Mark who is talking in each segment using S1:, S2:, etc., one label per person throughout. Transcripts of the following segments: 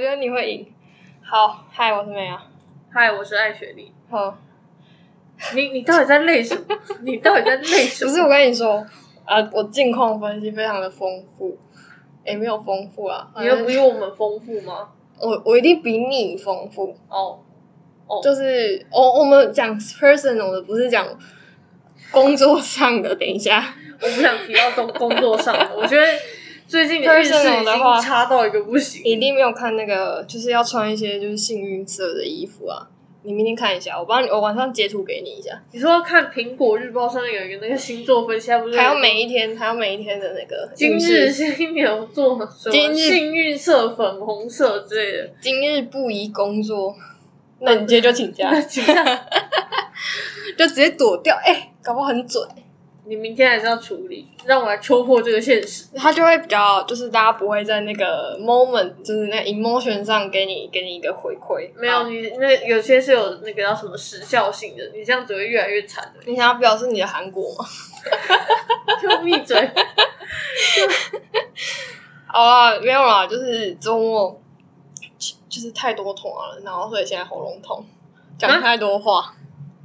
S1: 得你会赢。好，嗨，我是美雅。
S2: 嗨，我是艾雪莉。
S1: 好，
S2: 你你到底在累 什么？你到底在累什
S1: 只
S2: 么？
S1: 是我跟你说，呃，我近况分析非常的丰富，也没有丰富啊，
S2: 你又
S1: 反
S2: 比
S1: 正
S2: 我们丰富吗？
S1: 我我一定比你丰富。
S2: 哦，
S1: 就是我、我们讲 personal 的，不是讲工作上的。等一下，
S2: 我不想提到工工作 上的，我觉得最近的运势
S1: Personal
S2: 已
S1: 的话
S2: 经差到一个不行。
S1: 你一定没有看那个，就是要穿一些就是幸运色的衣服啊。你明天看一下，我帮你，我晚上截图给你一下。
S2: 你说看苹果日报上面有一个那个星座分析，它不是
S1: 还有每一天，还有每一天的那个
S2: 今
S1: 运
S2: 日
S1: 势
S2: 金牛座什
S1: 今
S2: 么
S1: 日
S2: 幸运色、粉红色之类的。
S1: 今日不宜工作，那你今天就请假，
S2: 请假，
S1: 就直接躲掉。哎、搞不好很准，
S2: 你明天还是要处理，让我来戳破这个现实。
S1: 他就会比较，就是大家不会在那个 moment，就是那个 emotion 上给你给你一个回馈。啊
S2: 没有
S1: 好，
S2: 你那有些是有那个叫什么时效性的，你这样只会越来越 惨的。
S1: 你想要表示你的韩国吗？
S2: 就闭嘴。
S1: 好啦，哦没有啦，就是周末就是太多话了，然后所以现在喉咙痛，讲太多话，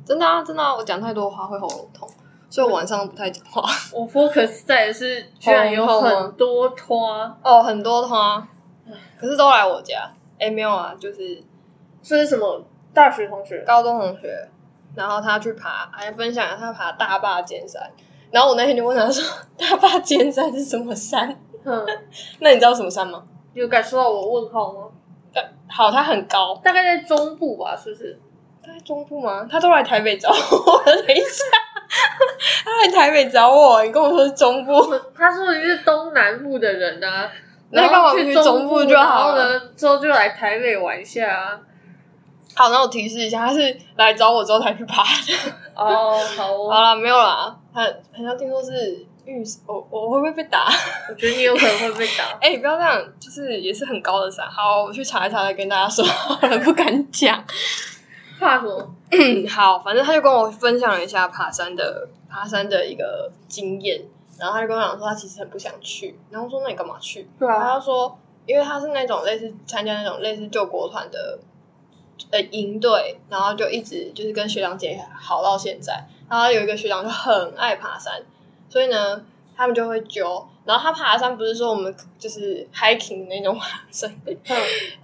S1: 真的啊，真的啊，我讲太多话会喉咙痛，所以我晚上不太讲话。
S2: 我 focus 在的是，居然有
S1: 红透吗
S2: 很多拖，
S1: 哦，很多他，可是都来我家。哎、没有啊，就是
S2: 这是什么？大学同学，
S1: 高中同学，然后他去爬，还分享了他爬大坝尖山。然后我那天就问他说：“ 大坝尖山是什么山
S2: 嗯，？”
S1: 那你知道什么山吗？
S2: 有感受到我问号吗？
S1: 好，它很高，
S2: 大概在中部吧，是不是？
S1: 它在中部吗？他都来台北找我 了。等一下， 他来台北找我，你跟我说是中部，
S2: 他说你是东南部的人啊，
S1: 那
S2: 然
S1: 干嘛
S2: 后
S1: 不
S2: 去
S1: 去
S2: 中
S1: 中部就好了
S2: 然后呢，之后就来台北玩一下啊。
S1: 好，那我提示一下，他是来找我之后才去爬的。
S2: 哦，好
S1: 好
S2: 哦，
S1: 啦，没有啦，他好像听说是玉，我我会不会被打？
S2: 我觉得你有可能会被打。
S1: 哎、不要这样，就是也是很高的山。好，我去查一查再跟大家说， 不敢讲。
S2: 怕什么？
S1: 嗯，好，反正他就跟我分享了一下爬山的爬山的一个经验，然后他就跟我讲说他其实很不想去，然后我说那你干嘛去？
S2: 对啊
S1: 然后，他说，因为他是那种类似参加那种类似救国团的呃营队，然后就一直就是跟学长姐好到现在。然后有一个学长就很爱爬山，所以呢，他们就会揪。然后他爬山不是说我们就是 hiking 那种爬山，
S2: 嗯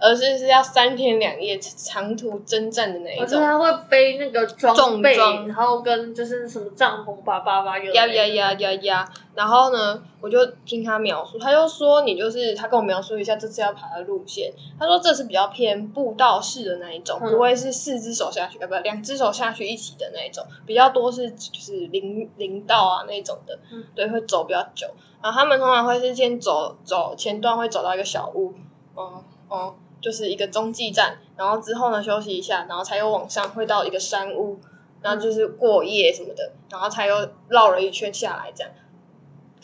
S1: 而是是要三天两夜长途征战的那一
S2: 而且
S1: 种。
S2: 他会背那个装备，
S1: 重装
S2: 然后跟就是什么帐篷叭叭叭有的
S1: 呀
S2: 没
S1: 呀
S2: 的
S1: 呀呀呀！然后呢，我就听他描述，他就说你就是他跟我描述一下这次要爬的路线。他说这是比较偏步道式的那一种，
S2: 嗯
S1: 不会是四只手下去，呃，不，两只手下去一起的那一种，比较多是就是林林道啊那种的，
S2: 嗯
S1: 对，会走比较久。然后他们通常会是先走走前段会走到一个小屋，哦、哦、就是一个中继站，然后之后呢休息一下，然后才又往上会到一个山屋，然后就是
S2: 嗯
S1: 过夜什么的，然后才又绕了一圈下来，这样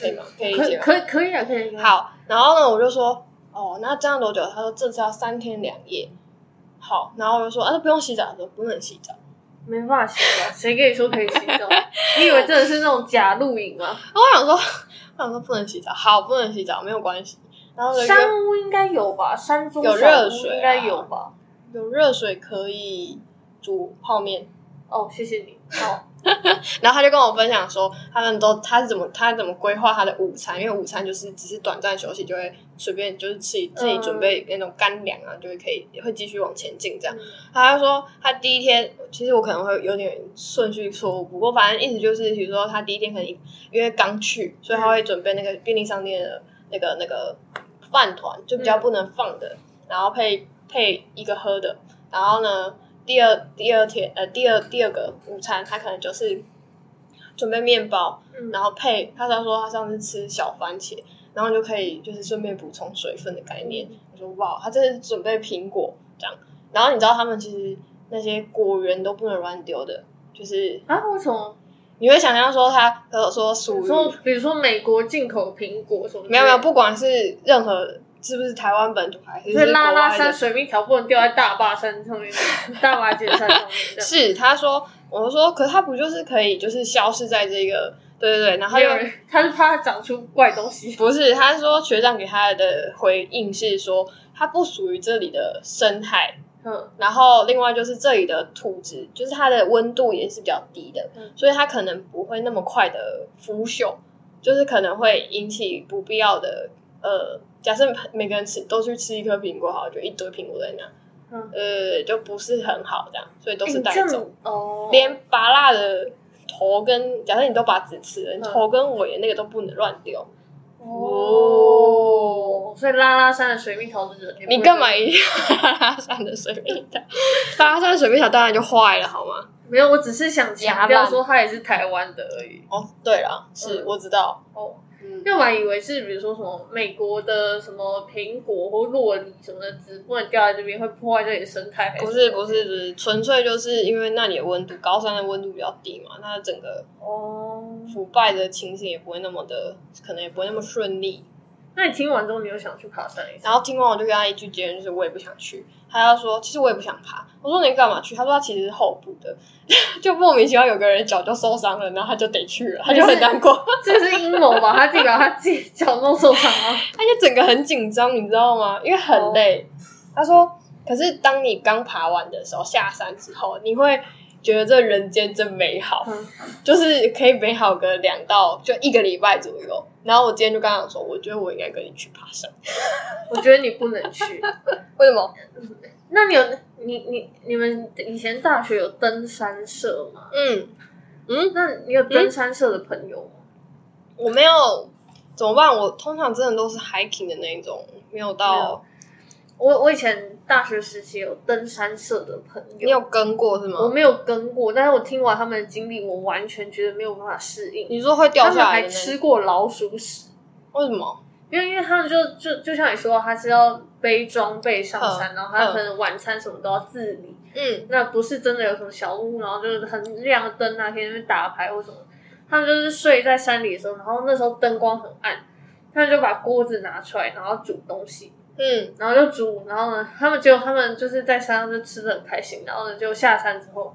S1: 可以吗？可以理解
S2: 可
S1: 吗？
S2: 可以可以啊，可以。可以，
S1: 好，然后呢，我就说，哦，那这样多久？他说这次要三天两夜。好，然后我就说，啊，那不用洗澡，他说不能洗澡。
S2: 没办法洗澡，谁跟你说可以洗澡？你以为真的是那种假露营吗？
S1: 然后我想说，我想说不能洗澡，好，不能洗澡，没有关系。然后就
S2: 山屋应该有吧，山中
S1: 有
S2: 小
S1: 热
S2: 屋
S1: 水啊
S2: 应该有吧。
S1: 有热水可以煮泡面。
S2: 哦，谢谢你。好，
S1: 然后他就跟我分享说，他们都他是怎么他怎么规划他的午餐，因为午餐就是只是短暂休息，就会随便就是自己自己准备那种干粮啊，就会可以会继续往前进这样。他就说他第一天，其实我可能会有点顺序错误，不过反正意思就是，比如说他第一天可能因为刚去，所以他会准备那个便利商店的那个那个饭团，就比较不能放的，然后配配一个喝的，然后呢。第二第二天呃第二第二个午餐，他可能就是准备面包，
S2: 嗯
S1: 然后配他他说他上次吃小番茄，然后就可以就是顺便补充水分的概念。我说哇，他这是准备苹果这样。然后你知道他们其实那些果园都不能乱丢的，就是
S2: 啊，为什么？
S1: 你会想象说他呃说属
S2: 比如
S1: 于
S2: 说，比如说美国进口苹果什么之类
S1: 没
S2: 的？
S1: 有没有，不管是任何是不是台湾本土还是
S2: 所以拉
S1: 国
S2: 拉
S1: 外的
S2: 山水蜜桃不能掉在大坝山 上面，大坝尖山上面这样。
S1: 是，他说，我说，可是他不就是可以就是消失在这个对对对，然后
S2: 还
S1: 又
S2: 有人他是怕它长出怪东 西，
S1: 不是，他说学长给他的回应是说，它不属于这里的生态，
S2: 嗯，
S1: 然后另外就是这里的土质，就是它的温度也是比较低的，
S2: 嗯
S1: 所以它可能不会那么快的腐朽，就是可能会引起不必要的呃，假设每个人吃都去吃一颗苹果，好了，就一堆苹果在那，
S2: 嗯
S1: 呃，就不是很好这样，所以都
S2: 哎
S1: 是
S2: 你
S1: 带
S2: 这样
S1: 走，
S2: 哦，
S1: 连拔蜡的头跟，假设你都把籽吃了，你
S2: 嗯
S1: 头跟尾那个都不能乱丢，
S2: 哦，所以拉拉山的水蜜桃是人，
S1: 你干嘛一定要拉拉山的水蜜桃？拉拉山的水蜜桃当然就坏了，好吗？
S2: 没有，我只是想强
S1: 牙
S2: 调
S1: 烂
S2: 说它也是台湾的而已。
S1: 哦，对了，是、
S2: 嗯
S1: 我知道，
S2: 哦，
S1: 嗯，
S2: 要不然以为是比如说什么美国的什么苹果或洛梨什么的，只不能掉在这边会破坏这里的生态。
S1: 不是不是不是，纯粹就是因为那里的温度，高山的温度比较低嘛，那整个
S2: 哦，
S1: 腐败的情形也不会那么的，可能也不会那么顺利。
S2: 那你听完之后，你有想去爬山一下？
S1: 然后听完我就跟他一句结论，就是我也不想去。他要说，其实我也不想爬。我说你干嘛去？他说他其实是候补的， 就莫名其妙有个人脚就受伤了，然后他就得去了，他就很难过。
S2: 这是阴谋吧？他自己把他自己脚弄受伤了。
S1: 他就整个很紧张，你知道吗？因为很累。
S2: 哦
S1: 他说，可是当你刚爬完的时候，下山之后，你会觉得这人间真美好，
S2: 嗯
S1: 就是可以美好个两到就一个礼拜左右。然后我今天就跟他讲说，我觉得我应该跟你去爬山。
S2: 我觉得你不能 去。
S1: 为什么？
S2: 那你有你你你们以前大学有登山社吗？
S1: 嗯，
S2: 那你有登山社的朋友吗？
S1: 我没有怎么办？我通常真的都是 hiking 的那一种，没有
S2: 没
S1: 到
S2: 有我我以前大学时期有登山社的朋友，
S1: 你有跟过是
S2: 我
S1: 吗？
S2: 没有跟过，但是我听完他们的经历，我完全觉得没有办法适应。
S1: 你说会掉
S2: 他们
S1: 下来
S2: 还
S1: 的那
S2: 吃
S1: 一种？
S2: 过老鼠屎，
S1: 为什么？
S2: 因为因为他们就就就像你说，他是要背装备上山，然后他可能晚餐什么都要自理，
S1: 嗯，
S2: 那不是真的有什么小屋，然后就是很亮的灯啊，可以在那边打牌或什么。他们就是睡在山里的时候，然后那时候灯光很暗，他们就把锅子拿出来，然后煮东西。
S1: 嗯，
S2: 然后就煮，然后呢，他们结果他们就是在山上就吃的很开心，然后呢，就下山之后，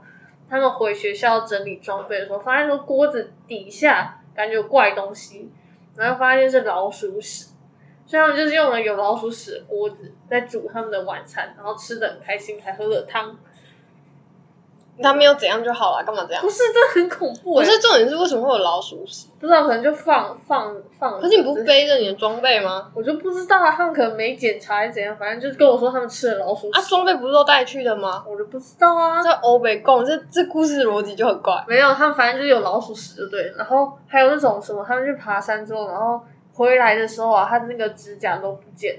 S2: 他们回学校整理装备的时候，发现说锅子底下感觉有怪东西，然后发现是老鼠屎，所以他们就是用了有老鼠屎的锅子在煮他们的晚餐，然后吃的很开心，还喝了汤，
S1: 他没有怎样就好了，干嘛这样
S2: 不？是，这很恐怖、
S1: 我
S2: 欸，
S1: 是重点是为什么会有老鼠屎？
S2: 不知道可能就放放放，
S1: 可是你不背着你的装备吗？
S2: 我就不知道啊，他们可能没检查还是怎样，反正就是跟我说他们吃了老鼠
S1: 啊，
S2: 屎，
S1: 装备不是都带去的吗？
S2: 我就不知道啊，
S1: 这欧北共，这这故事逻辑就很怪。
S2: 没有，他们反正就是有老鼠屎，就对了。然后还有那种什么，他们去爬山之后，然后回来的时候啊，他的那个指甲都不见。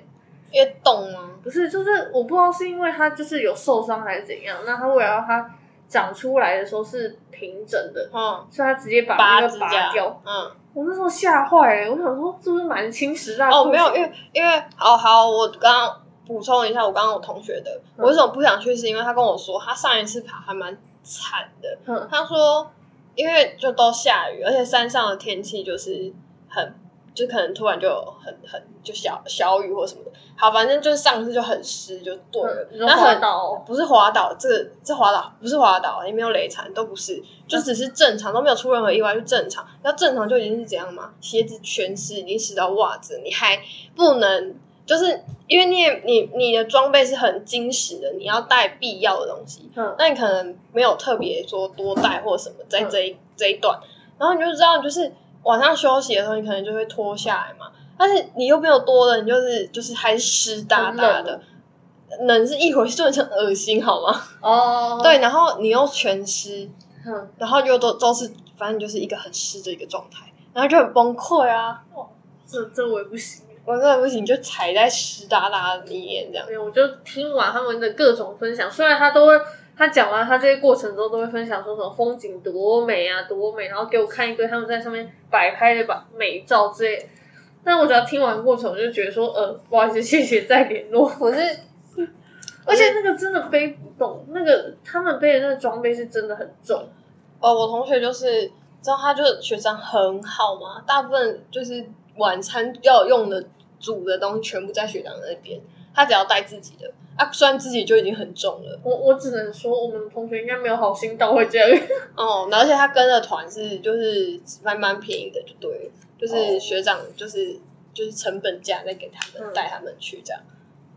S1: 因为动吗？
S2: 不是，就是我不知道是因为他就是有受伤还是怎样。那他为了让它长出来的时候是平整的，
S1: 嗯，
S2: 所以他直接把
S1: 拔
S2: 那
S1: 指
S2: 个
S1: 甲
S2: 拔掉。。
S1: 嗯，
S2: 我那时候吓坏了，我想说是不是蛮侵蚀大
S1: 哦，没有，因为因为哦好，我刚刚补充一下，我刚刚我同学的，
S2: 嗯
S1: 我为什么不想去，是因为他跟我说他上一次爬还蛮惨的，
S2: 嗯
S1: 他说因为就都下雨，而且山上的天气就是很。就可能突然就有很很就小小雨或什么的，好，反正就是上次就很湿就对了
S2: 嗯，你说
S1: 那
S2: 滑
S1: 很
S2: 倒哦，
S1: 不是滑倒，这个这滑倒不是滑倒，也没有累残，都不是，就只是正常，都没有出任何意外，就正常。那正常就已经是怎样嘛？鞋子全湿，已经湿到袜子，你还不能，就是因为你也你你的装备是很精实的，你要带必要的东西，
S2: 嗯，
S1: 那你可能没有特别说多带或什么在这一、这一段，然后你就知道，就是晚上休息的时候，你可能就会脱下来嘛，但是你又没有多的，你就是就是还是湿哒哒
S2: 很冷
S1: 的。冷是一回事，就很恶心，好吗？
S2: 哦，
S1: 对，，然后你又全湿，
S2: 嗯，
S1: 然后又都都是，反正就是一个很湿的一个状态，然后就很崩溃啊！
S2: 这这我也不行。
S1: 我真的不行，就踩在湿哒哒里面这样。
S2: 没有，我就听完他们的各种分享，虽然他都会，他讲完他这些过程之后，都会分享说什么风景多美啊，多美，然后给我看一堆他们在上面摆拍的把美照之类的。但我只要听完过程，我就觉得说，呃，不好意思，谢谢，再联 络。
S1: 我是，
S2: 而且那个真的背不动，那个他们背的那个装备是真的很重。
S1: 哦，我同学就是，知道他就是学长很好嘛，大部分就是晚餐要用的煮的东西全部在学长那边，他只要带自己的啊，虽然自己就已经很重了
S2: 我我只能说，我们同学应该没有好心到会这样。
S1: 哦，然后而且他跟的团是就是蛮蛮便宜的，就对了，就是
S2: 哦
S1: 学长就是就是成本价再给他们
S2: 嗯
S1: 带他们去这样，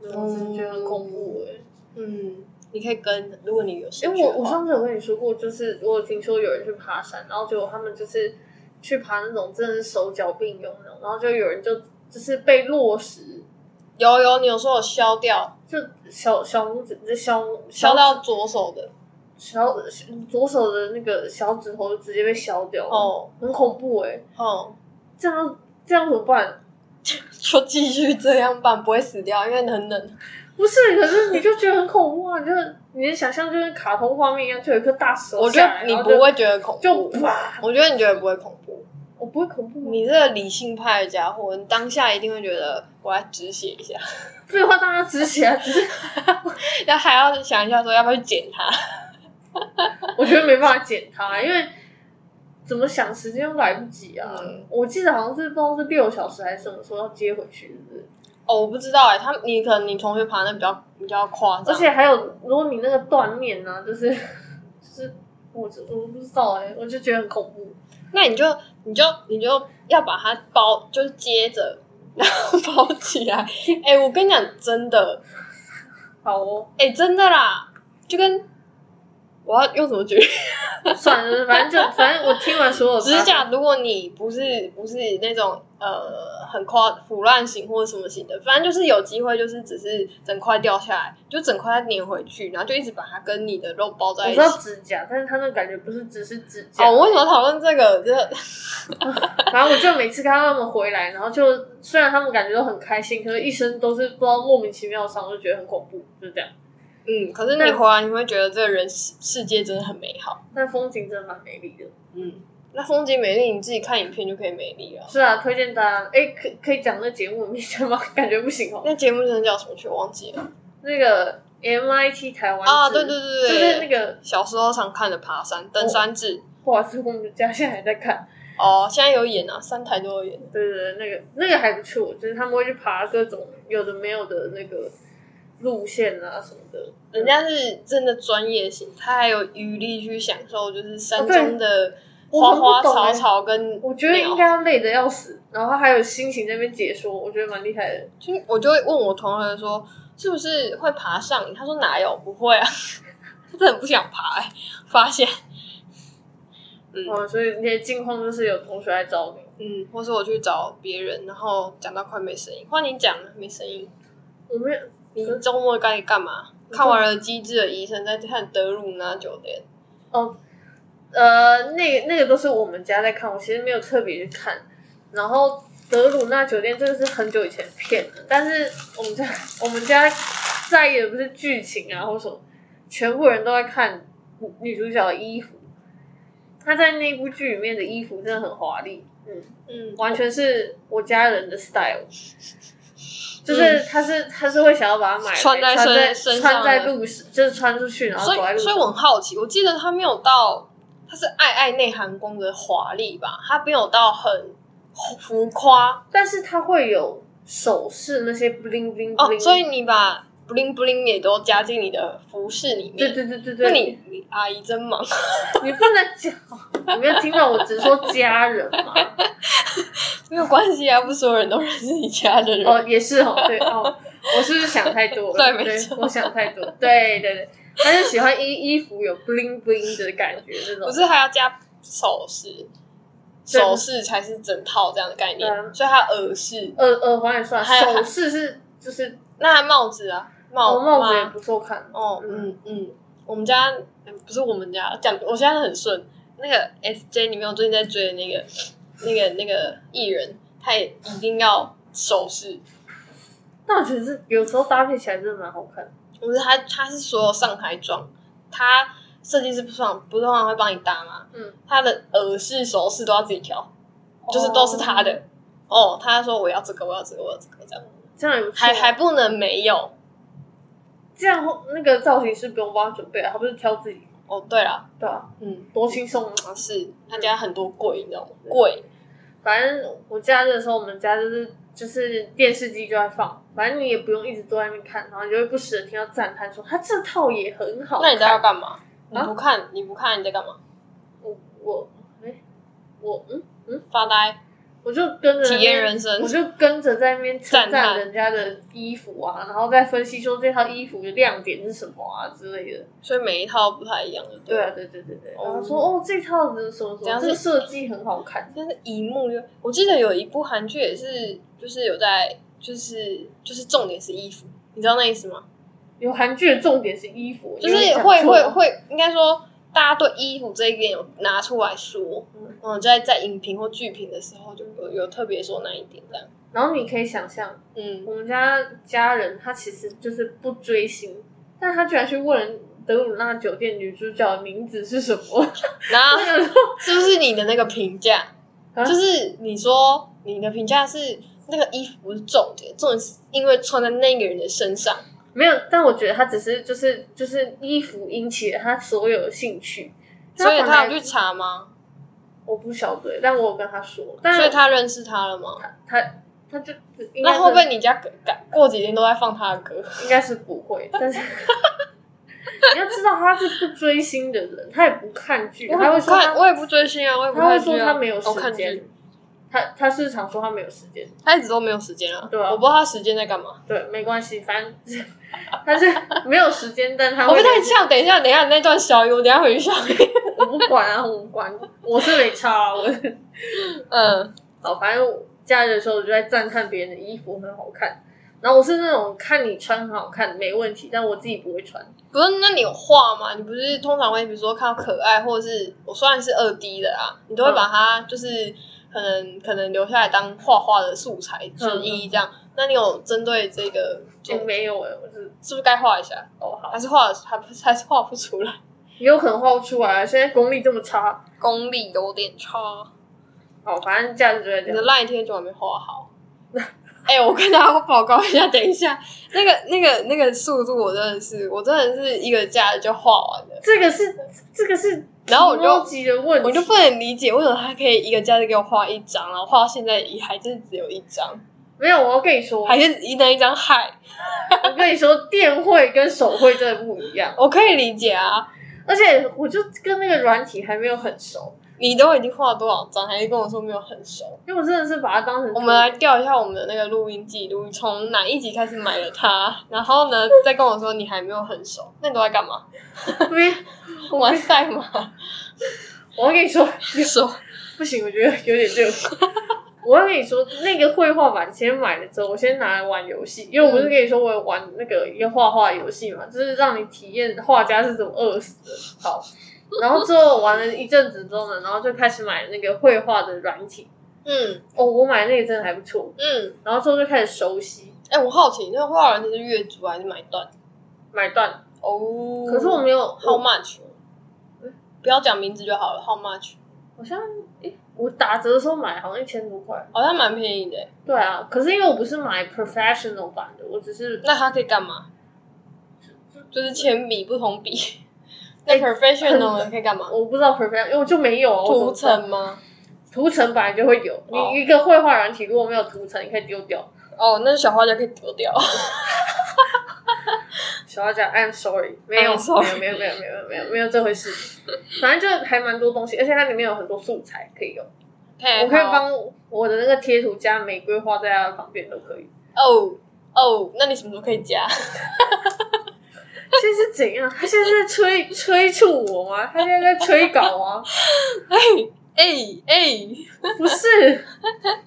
S2: 我真的觉得很恐怖哎、
S1: 嗯，你可以跟如果你有
S2: 因
S1: 兴
S2: 为
S1: 趣的
S2: 我我
S1: 话，
S2: 上次有跟你说过，就是我有听说有人去爬山，然后结果他们就是去爬那种真的是手脚并用那种，然后就有人就就是被落石，
S1: 有有你有说我削掉
S2: 就小小拇指这小
S1: 削
S2: 小
S1: 到左手的
S2: 小左手的那个小指头直接被削掉，，
S1: 哦
S2: 很恐怖哎、
S1: 哦，
S2: 这样这样怎么办？
S1: 就继续这样办不会死掉，因为很冷，
S2: 不是，可是你就觉得很恐怖啊！你就你的想象就跟卡通画面一样，就有一颗大石头
S1: 我觉
S2: 下来
S1: 得你
S2: 然
S1: 不
S2: 后就
S1: 会觉得恐怖
S2: 就，啪，
S1: 我觉得你觉得不会恐怖。
S2: 我不会恐怖吗？
S1: 你这个理性派的家伙，你当下一定会觉得我要止血一下，
S2: 废话当然止血啊，只是
S1: 然后还要想一下说要不要去剪它。
S2: 我觉得没办法剪它，因为怎么想时间都来不及啊！
S1: 嗯
S2: 我记得好像是不知道是六小时还是什么时候要接回去，是不是？
S1: 哦，我不知道哎、他你可能你同学爬那比较比较夸张，
S2: 而且还有，如果你那个断面呢、就是 就是我就我不知道哎、我就觉得很恐怖。
S1: 那你就你就你就要把它包，就是接着然后包起 来。哎、我跟你讲，真的，
S2: 好哦，
S1: 哎、真的啦，就跟我要用什么举例？
S2: 算了，反正就反正我听完所有
S1: 指甲，如果你不是不是那种呃很夸腐烂型或者什么型的，反正就是有机会，就是只是整块掉下来，就整块粘回去，然后就一直把它跟你的肉包
S2: 我
S1: 在一
S2: 知
S1: 起。
S2: 道指甲，但是它那感觉不是只是指甲。
S1: 哦，我为什么讨论这个？这个
S2: 反正我就每次看到他们回来，然后就虽然他们感觉都很开心，可是一身都是不知道莫名其妙的伤，我就觉得很恐怖，就是这样。
S1: 嗯，可是你回来你会觉得这个人世世界真的很美好。
S2: 但风景真的蛮美丽的。
S1: 嗯，那风景美丽，你自己看影片就可以美丽了。
S2: 是啊，推荐大家，哎，可可以讲那节目 名称吗？感觉不行哦。
S1: 那节目真的叫什么去？我忘记了
S2: 那个 MIT 台湾
S1: 啊！
S2: 志
S1: 对对对对，
S2: 就是那个，哦
S1: 小时候常看的爬山登山志。
S2: 不好意思，我们家现在还在看。
S1: 哦，现在有演啊，三台都有演。
S2: 对对对，那个那个还不错，就是他们会去爬各种有的没有的那个路线啊什么的。
S1: 人家是真的专业型，他还有余力去享受就是
S2: 哦
S1: 山
S2: 对
S1: 中的
S2: 我
S1: 花
S2: 很不
S1: 花
S2: 懂欸
S1: 草草跟、
S2: 我觉得应该，要累得要死，然后还有心情在那边解说，我觉得蛮厉害的。
S1: 就我就会问我同学说，是不是会爬上瘾？他说哪有，不会啊， 他真的很不想爬、欸。发现，嗯
S2: 哦，所以那些近况就是有同学来找你，
S1: 嗯，或是我去找别人，然后讲到快没声音，换你讲了没声音，
S2: 我没有
S1: 你周末该干嘛？
S2: 嗯我
S1: 看完了《机智的医生》，再看《德鲁纳酒店》。
S2: 哦，呃，那个那个都是我们家在看，我其实没有特别去看。然后德鲁纳酒店这个是很久以前的片的，但是我们家我们家在意的不是剧情啊或什么，全部人都在看女女主角的衣服。她在那部剧里面的衣服真的很华丽，嗯，
S1: 嗯，
S2: 完全是我家人的 style，就是他是他是会想要把它买来
S1: 嗯穿在身
S2: 在
S1: 身上
S2: 穿在
S1: 的
S2: 路上，就是穿出去然后
S1: 所
S2: 走在
S1: 以，
S2: 路
S1: 所以
S2: 上。
S1: 我很好奇，我记得他没有到，他是爱爱内涵宫的华丽吧？他没有到很浮夸
S2: 但是它会有首饰那些 bling bling
S1: 哦，
S2: bling，
S1: 所以你把 bling bling 也都加进你的服饰里面。
S2: 对对对对对，
S1: 那你你阿姨真忙，
S2: 你不能讲，你没有听到我只说家 人嘛？
S1: 没有关系啊，不所有人都认识你家的人。
S2: 哦，也是哦，对哦，我是不是想太 多了？
S1: 对没错
S2: 我想太多，对对对，他就喜欢衣衣服有 bling bling 的感觉这种
S1: 不。是还要加首饰，
S2: 对
S1: 首饰才是整套这样的概念，
S2: 嗯
S1: 所以它耳饰，
S2: 耳耳环也算，
S1: 还有
S2: 首饰是就是
S1: 那还帽子啊，帽、
S2: 哦，帽子也
S1: 妈
S2: 不错看。
S1: 哦，嗯嗯，我们家嗯不是我们家讲，我现在很顺。那个 S J 里面我最近在追的那个那个那个艺人，他也一定要首饰，
S2: 但我觉得是有时候搭配起来真的蛮好看的。
S1: 不是他他是所有上台妆，他设计师不是通常不是通常会帮你搭吗？
S2: 嗯，
S1: 他的耳饰、首饰都要自己挑，就是都是他的。哦，他说我要这个，我要这个，我要这个，这样
S2: 这样也不错啊
S1: 还还不能没有。
S2: 这样那个造型师不用帮他准备啊，他不是挑自己，
S1: 哦，对了，
S2: 对啊，
S1: 嗯，
S2: 多轻松啊！
S1: 啊是他家很多柜，你知道吗？柜，
S2: 反正我假日的时候，我们家就是就是电视机就在放，反正你也不用一直坐在那边看，然后你就会不时的听到赞叹说他这套也很好
S1: 那你在要
S2: 看。啊
S1: 干嘛？你不看，你不看，你在干嘛？
S2: 我我哎、我嗯嗯，
S1: 发呆，
S2: 我就跟着那边
S1: 体验人生
S2: 我就跟着在那边称
S1: 赞叹
S2: 赞人家的衣服啊，然后再分析说这套衣服的亮点是什么啊之类的。
S1: 所以每一套不太一样，对
S2: 对
S1: 了。
S2: 啊，对对对对，然后
S1: 哦
S2: 说哦这套的什么
S1: 这
S2: 什么，
S1: 样
S2: 这
S1: 是
S2: 个设计很好看。
S1: 但是一幕就，我记得有一部韩剧也是，就是有在，就是就是重点是衣服，你知道那意思吗？
S2: 有韩剧的重点是衣服，
S1: 就是
S2: 有点讲
S1: 会
S2: 错
S1: 会
S2: 了
S1: 会，应该说大家对衣服这一点有拿出来说，
S2: 嗯
S1: 嗯，就在在影评或剧评的时候就有有特别说那一点这样，
S2: 然后你可以想象，
S1: 嗯，
S2: 我们家家人他其实就是不追星，但他居然去问德鲁纳酒店女主角的名字是什么，
S1: 然后
S2: 我想说
S1: 是不是你的那个评价？
S2: 啊
S1: 就是你说你的评价是那个衣服不是重点，重点是因为穿在那个人的身上。
S2: 没有，但我觉得他只是就是就是衣服引起了他所有的兴趣，
S1: 所以
S2: 本
S1: 他
S2: 来
S1: 有去查吗？
S2: 我不晓得，但我有跟他说，但
S1: 所以
S2: 是
S1: 他认识他了吗？
S2: 他他就应该
S1: 那
S2: 是
S1: 会不会你家隔隔过几天都在放他的 歌？
S2: 应该是不会，但 是你要知道他是不追星的人，他也不看剧，他
S1: 也
S2: 会
S1: 不
S2: 说他
S1: 看，我也不追星啊，我也不
S2: 他会
S1: 看剧
S2: 说
S1: 啊
S2: 他没有
S1: 我看
S2: 时
S1: 剧
S2: 间，，他他是常说他没有时间，
S1: 他一直都没有时间啊。
S2: 对啊
S1: 我不知道他时间在干嘛。
S2: 对，没关系，反正他是没有时间，但他
S1: 我
S2: 会
S1: 不太像，等一下，等一下，那段小音，我等一下回去消音。
S2: 我不管啊，我不管，我是没 差啊，我
S1: 嗯，
S2: 好，反正我假日的时候我就在赞叹别人的衣服很好看，然后我是那种看你穿很好看没问题，但我自己不会穿，
S1: 不是，那你有画吗？你不是通常会比如说看到可爱，或者是我虽然是二 D 的啊，你都会把它就是可能可能留下来当画画的素材之一这样。那你有针嗯对这个，
S2: 也、
S1: 就、是
S2: 没有哎、我是
S1: 不是该画一下？
S2: 哦好，
S1: 还是画还不还是画不出来？
S2: 也有可能画不出来啊，现在功力这么差。
S1: 功力有点差。
S2: 好，反正假日就在这
S1: 你的
S2: 样。
S1: 赖贴就还没画好。 哎、我跟大家报告一下，等一下，那个、那个、那个速度，我真的是，我真的是一个假日就画完了，
S2: 这个是这个是
S1: 然后我就
S2: 逻辑的问 题，
S1: 我就不能理解为什么他可以一个假日给我画一张，然后画到现在也还是只有一张，
S2: 没有。我要跟你说，
S1: 还是一那一张嗨，
S2: 我跟你说，电绘跟手绘真的不一样。
S1: 我可以理解啊。
S2: 而且我就跟那个软体还没有很熟，
S1: 你都已经画了多少张，还是跟我说没有很熟？
S2: 因为我真的是把它当成
S1: 我们来调一下我们的那个录音记录，从哪一集开始买了它，然后呢，再跟我说你还没有很熟，那你都在干嘛？
S2: 没有
S1: 玩赛马？
S2: 我要跟你 说，
S1: 说。
S2: 不行，我觉得有点热。 我要跟你说，那个绘画板先买了之后，我先拿来玩游戏，因为我不是跟你说我有玩那个一个画画游戏嘛，就是让你体验画家是怎么饿死的。好，然后之后玩了一阵子之后呢，然后就开始买那个绘画的软体。
S1: 嗯
S2: 哦，我买那个真的还不错，
S1: 嗯，
S2: 然后之后就开始熟悉
S1: 哎、我好奇，那画人是月租还是买断？
S2: 买断，
S1: 哦
S2: 可是我嗯没有，
S1: how
S2: 我
S1: much？不要讲名字就好了，how much？
S2: 好像诶，我打折的时候买好像一千多块。
S1: 好像蛮便宜的欸，
S2: 对啊，可是因为我不是买 professional 版的，我只是
S1: 那它可以干嘛？就是哎铅笔不同笔， 那 professional 的可以干 嘛？
S2: 我不知道 professional，因为我就没有啊，
S1: 涂
S2: 我怎么知道
S1: 层吗？
S2: 图层本来就会有，
S1: 哦
S2: 你一个绘画软体如果没有图层，你可以丢掉。
S1: 哦，那小画家可以丢 掉。
S2: 小画家，I'm sorry，没有，
S1: I'm sorry
S2: 没有，没有，没有，没有，没有，没有这回事。反正就还蛮多东西，而且它里面有很多素材可以用。
S1: OK，
S2: 我可以
S1: 好
S2: 帮我的那个贴图加玫瑰画在它的旁边都可以。
S1: 哦哦，那你什么时候可以加？
S2: 现在是怎样？他现在是在催催促我吗？他现在在催稿吗？
S1: 哎哎哎，
S2: 不是，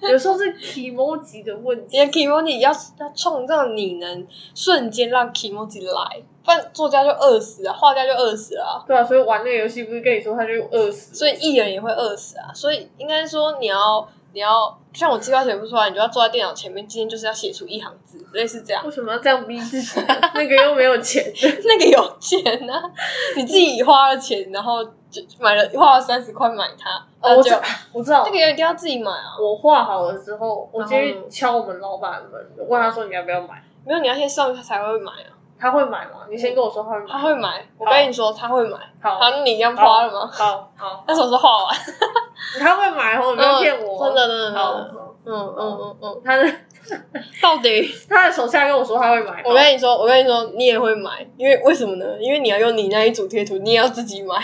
S2: 有时候是 emoji 的问
S1: 你的
S2: 题。
S1: emoji 要要创造你能瞬间让 emoji 来，不然作家就饿死啊，画家就饿死啊。
S2: 对啊，所以玩那个游戏不是跟你说他就饿死？
S1: 所以艺人也会饿死啊。所以应该说你要你要，就像我计划写不出啊来，你就要坐在电脑前面，今天就是要写出一行字，类似这样。
S2: 为什么要这样逼自己？ 那个又没有 钱。
S1: 那个有钱啊， 你自己花了钱，然后就买了花了三十块买它，那
S2: 哦，
S1: 就
S2: 我知我知道
S1: 那，个也一定要自己买啊。
S2: 我画好了之后，我
S1: 然
S2: 直
S1: 后呢
S2: 接敲我们老板的门，我问他说你要不要买？
S1: 没有，你要先上他才会买啊。
S2: 他会买吗？你先跟我说他会
S1: 他
S2: 买。
S1: 会买，我跟你说他会买。
S2: 好，
S1: 好，那你一样花了吗？
S2: 好好，
S1: 那时候是画完，
S2: 他会买哦，你不要骗我。
S1: 嗯真的真的真
S2: 好。
S1: 的。
S2: 好，
S1: 嗯嗯嗯嗯，
S2: 他的
S1: 到底，
S2: 他的手下跟我说他会买，
S1: 我跟你说，我跟你说，你也会买，因为为什么呢？因为你要用你那一组贴图，你也要自己买，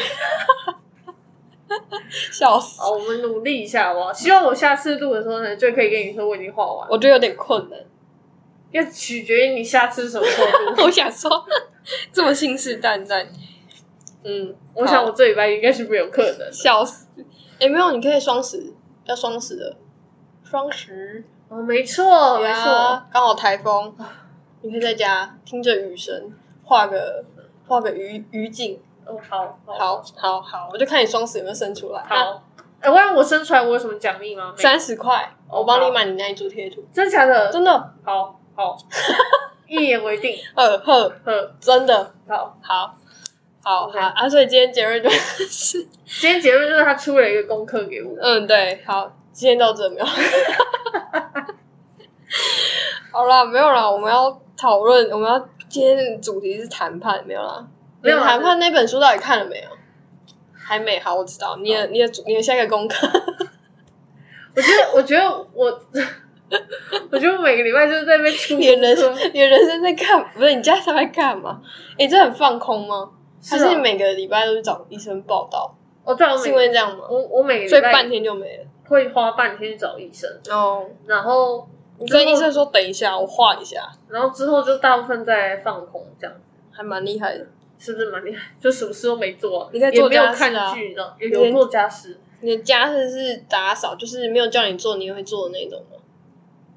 S1: 笑死！
S2: 好，我们努力一下好不好？希望我下次录的时候呢，就可以跟你说我已经画完了，
S1: 我觉得有点困难。
S2: 要取决于你下次什么时候录。
S1: 我想说，这么信誓旦旦，嗯，
S2: 我想我这礼拜应该是没有可能的。
S1: 笑死！哎、没有，你可以双十，要双十的，双十
S2: 哦，没错，没错，，
S1: 刚好台 风，你可以在家听着雨声，画个画个鱼鱼景，
S2: 哦，好，
S1: 好，好，好，我就看你双十有没有生出来。那
S2: 好。哎，万一我生出来，我有什么奖励吗？没有
S1: 三十块，
S2: 哦
S1: 我帮你买你那一组贴图，
S2: 真假的？
S1: 真的，
S2: 好 好，一言为定。
S1: 呵呵，
S2: 呵，
S1: 真的，
S2: 好。
S1: 好，好，好
S2: OK
S1: 啊！所以今天结论就是，
S2: 今天结论就是他出了一个功课给我。
S1: 嗯，对，好，今天到这没有？ 好啦，没有啦，我们要讨论，我们要今天的主题是谈判，没有啦。
S2: 没有
S1: 你
S2: 啦
S1: 谈判那本书到底看了没有？还没，好，我知道。你的、你的主你的下一个功 课，
S2: 我觉得，我觉得我， 我觉得我每个礼拜就是在那边出
S1: 你的人
S2: 功课。
S1: 你的人生在干，不是你家在干嘛？你这很放空吗？还
S2: 啊
S1: 是你每个礼拜都去找医生报道？
S2: 哦，对啊，我
S1: 是
S2: 每
S1: 因为这样吗？
S2: 我我每个
S1: 所以
S2: 礼
S1: 半
S2: 拜
S1: 天就没了。
S2: 会花半天去找医生，
S1: 哦，
S2: 然后
S1: 你跟医生说等一下，我画一下，
S2: 然后之后就大部分在放空，这样
S1: 还蛮厉害的。
S2: 是不是蛮厉害？就什么事都没做，
S1: 你在
S2: 也
S1: 做
S2: 没有
S1: 家事
S2: 看
S1: 啊
S2: 剧，然后也有做家事。
S1: 你的家事是打扫，就是没有叫你做，你也会做的那种吗？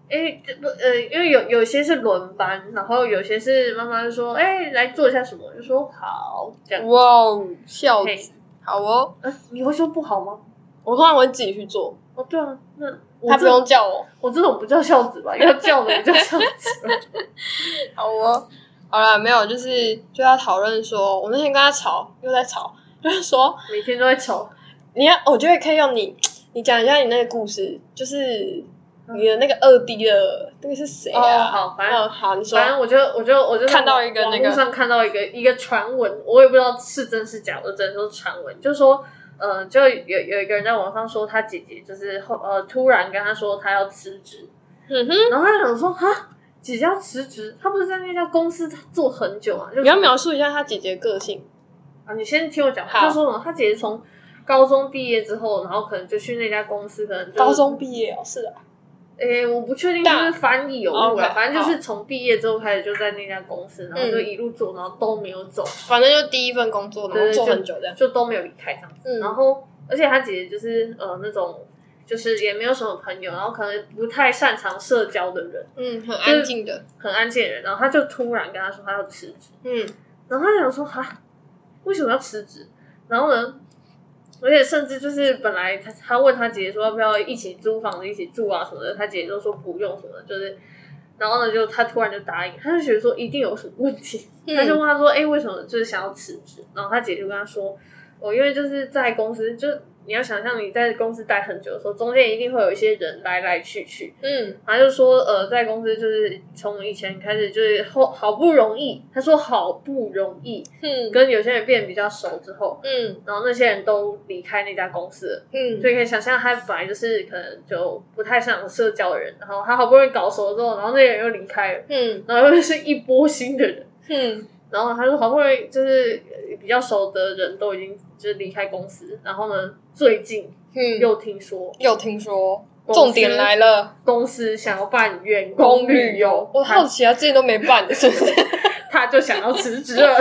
S2: 哎，这不呃，因为有有些是轮班，然后有些是妈妈就说，哎，来做一下什么，我就说好这样。
S1: 哇哦，笑
S2: 嘿
S1: 死！好哦，
S2: 呃，你会说不好吗？
S1: 我通常会自己去做，
S2: 哦，对啊，那我
S1: 他
S2: 这
S1: 不用叫我。
S2: 我这种不叫孝子吧？要叫的不叫孝子。
S1: 好哦，好了，没有，就是就要讨论说，我那天跟他吵，又在吵， 就是说，
S2: 每天都在吵，
S1: 你要，我觉得可以用你，你讲一下你那个故事，就是你的那个二 D 的那个是谁啊？
S2: 哦好反正
S1: 嗯好，你说
S2: 反正我就我就我就
S1: 看到一个那
S2: 网
S1: 个
S2: 络上看到一个一个传闻，我也不知道是真是假，我只能说传闻，就是说，呃，就有有一个人在网上说他姐姐就是后呃突然跟他说他要辞职，
S1: 嗯哼，
S2: 然后他就想说哈。姐姐要辞职，她不是在那家公司做很久啊？就
S1: 你要描述一下他姐姐的个性。
S2: 啊，你先听我讲，
S1: 好
S2: 就说什么？她姐姐从高中毕业之后，然后可能就去那家公司，可能就是
S1: 高中毕业哦，是啊，
S2: 诶，我不确定是
S1: 大
S2: 不是翻译有误啊
S1: OK，，
S2: 反正就是从毕业之后开始就在那家公司，然后就
S1: 嗯
S2: 一路做，然后都没有走，
S1: 反正就第一份工作，然后
S2: 对
S1: 做
S2: 就
S1: 很久这样。
S2: 就都没有离开这样子。
S1: 嗯
S2: 然后，而且他姐姐就是呃那种，就是也没有什么朋友，然后可能不太擅长社交的人，
S1: 嗯，很
S2: 就是
S1: 安静的。
S2: 很安静的人。然后他就突然跟他说他要辞职，
S1: 嗯，
S2: 然后他想说哈，为什么要辞职？然后呢，而且甚至就是本来他他问他姐姐说要不要一起租房子一起住啊什么的，他姐姐就说不用什么的，就是，然后呢就他突然就答应，他就觉得说一定有什么问题，他
S1: 嗯
S2: 就问他说，哎、为什么就是想要辞职？然后他姐就跟他说，哦，因为就是在公司就。你要想象你在公司待很久的时候，中间一定会有一些人来来去去，
S1: 嗯
S2: 他就说，呃，在公司就是从以前开始就是好好不容易，他说好不容易
S1: 嗯
S2: 跟有些人变比较熟之后，
S1: 嗯
S2: 然后那些人都离开那家公司了，
S1: 嗯
S2: 所以可以想象他本来就是可能就不太擅长社交的人，然后他好不容易搞熟了之后，然后那些人又离开了，
S1: 嗯
S2: 然后又是一波新的人，
S1: 嗯
S2: 然后他说好不容易就是呃比较熟的人都已经就是离开公司，然后呢，最近
S1: 嗯，
S2: 又听说
S1: 又听说，
S2: 公司
S1: 重点来了，
S2: 公司想要办员
S1: 公
S2: 工
S1: 旅
S2: 旅游，
S1: 我好奇啊，自己都没办，是不是？
S2: 他就想要辞职 了。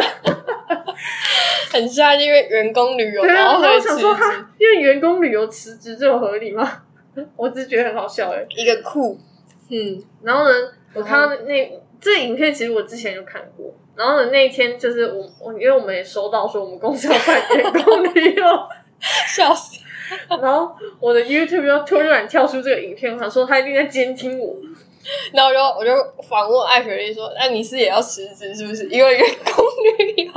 S1: 很像因为员工旅游，
S2: 对
S1: 然
S2: 啊，
S1: 后
S2: 然后
S1: 才
S2: 我
S1: 辞
S2: 想说
S1: 职，
S2: 哈，因为员工旅游辞职这有合理吗？ 我只是觉得很好笑哎、
S1: 一个酷，嗯
S2: 然后呢，我看到那这影片，其实我之前就看过。然后呢，那一天就是我我，因为我们也收到说我们公司要办员工旅游，
S1: 笑死，
S2: 然后我的 YouTube 又突然跳出这个影片，我想说他一定在监听我。
S1: 然后我就我就反问艾雪莉说：“那你是也要辞职是不是？因为员工旅游？”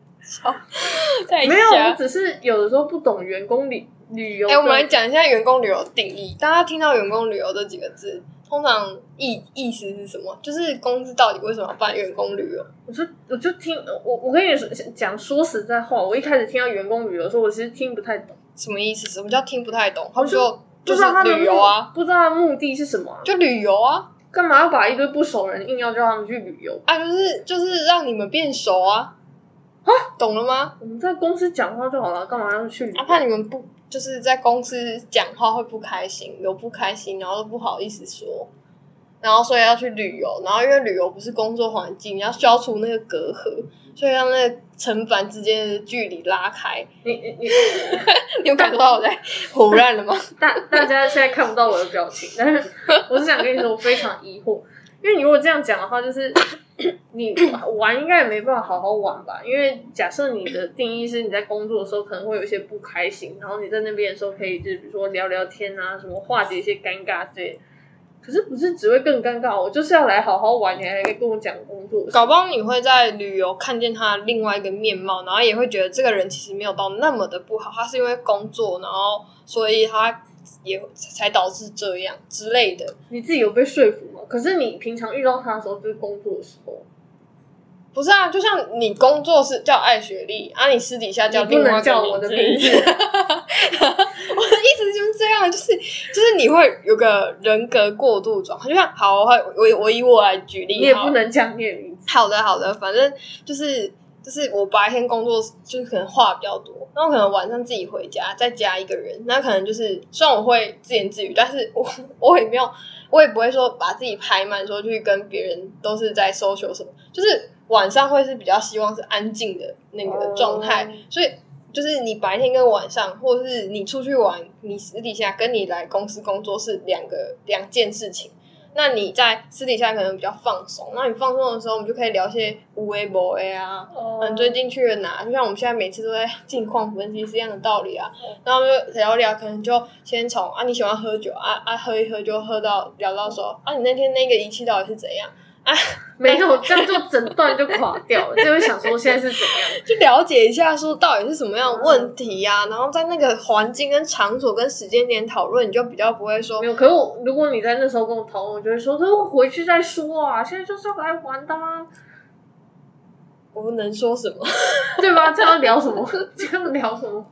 S1: 笑，太
S2: 没有，我
S1: 瞎。
S2: 只是有的时候不懂员工旅旅游
S1: 哎、
S2: 的。
S1: 我们来讲一下员工旅游的定义。大家听到员工旅游这几个字，通常意意思是什么？就是公司到底为什么要办员工旅游？
S2: 我就我就听我我跟你说讲说实在话，我一开始听到员工旅游的时候，我其实听不太懂。
S1: 什么意思？什么叫听不太懂？他们
S2: 就
S1: 说
S2: 不
S1: 就
S2: 知
S1: 是
S2: 道他的
S1: 旅游啊，
S2: 目，不知道他的目的是什么啊、
S1: 就旅游啊，
S2: 可干嘛要把一堆不熟人硬要叫他们去旅游？
S1: 啊，就是就是让你们变熟啊，懂了吗？
S2: 我们在公司讲话就好了，干嘛要去旅游？
S1: 啊，怕你们不就是在公司讲话会不开心，有不开心，然后都不好意思说，然后所以要去旅游，然后因为旅游不是工作环境，你要消除那个隔阂，所以让那个层板之间的距离拉开。
S2: 你你你，
S1: 你有感受到我在胡乱了吗？
S2: 大大家现在看不到我的表情，但是我是想跟你说，我非常疑惑，因为你如果这样讲的话，就是 你玩应该也没办法好好玩吧？因为假设你的定义是你在工作的时候可能会有一些不开心，然后你在那边的时候可以就是比如说聊聊天啊，什么化解一些尴尬之类的。可是不是只会更尴尬？我就是要来好好玩，你还跟我讲工作的事，
S1: 搞不好你会在旅游看见他另外一个面貌，然后也会觉得这个人其实没有到那么的不好，他是因为工作，然后所以他也才导致这样之类的。
S2: 你自己有被说服吗？可是你平常遇到他的时候就是工作的时候，
S1: 不是啊，就像你工作是叫艾雪莉啊，你私底下叫
S2: 你
S1: 另
S2: 不
S1: 外
S2: 能
S1: 一个
S2: 叫我的
S1: 名
S2: 名 字
S1: 字。我的意思就是这样，就是就是你会有个人格过度转换，就像好，我会我我以我来举例，
S2: 你也
S1: 好
S2: 不能讲你的名字。
S1: 好的，好的，反正就是就是我白天工作就是可能话比较多，然后可能晚上自己回家，再加一个人，那可能就是虽然我会自言自语，但是我 我也没有，我也不会说把自己排满，说去跟别人都是在 social 什么，就是晚上会是比较希望是安静的那个状态
S2: 哦
S1: 所以。就是你白天跟晚上，或是你出去玩，你私底下跟你来公司工作是两个两件事情。那你在私底下可能比较放松，那你放松的时候，我们就可以聊些无微博微啊，嗯，最近去了哪？就像我们现在每次都在近况分析是一样的道理啊。然后就聊聊，可能就先从啊你喜欢喝酒啊啊喝一喝就喝到聊到说啊你那天那个仪器到底是怎样，
S2: 没有，这样就整段就垮掉了，就会想说现在是怎样。
S1: 就了解一下说到底是什么样的问题呀、然后在那个环境跟场所跟时间点讨论，你就比较不会说
S2: 没有，可是我如果你在那时候跟我讨论，我就会说，可是我回去再说啊，现在就是要来玩的、啊，
S1: 我能说什么。
S2: 对吧？这样聊什么？ 这样聊什么？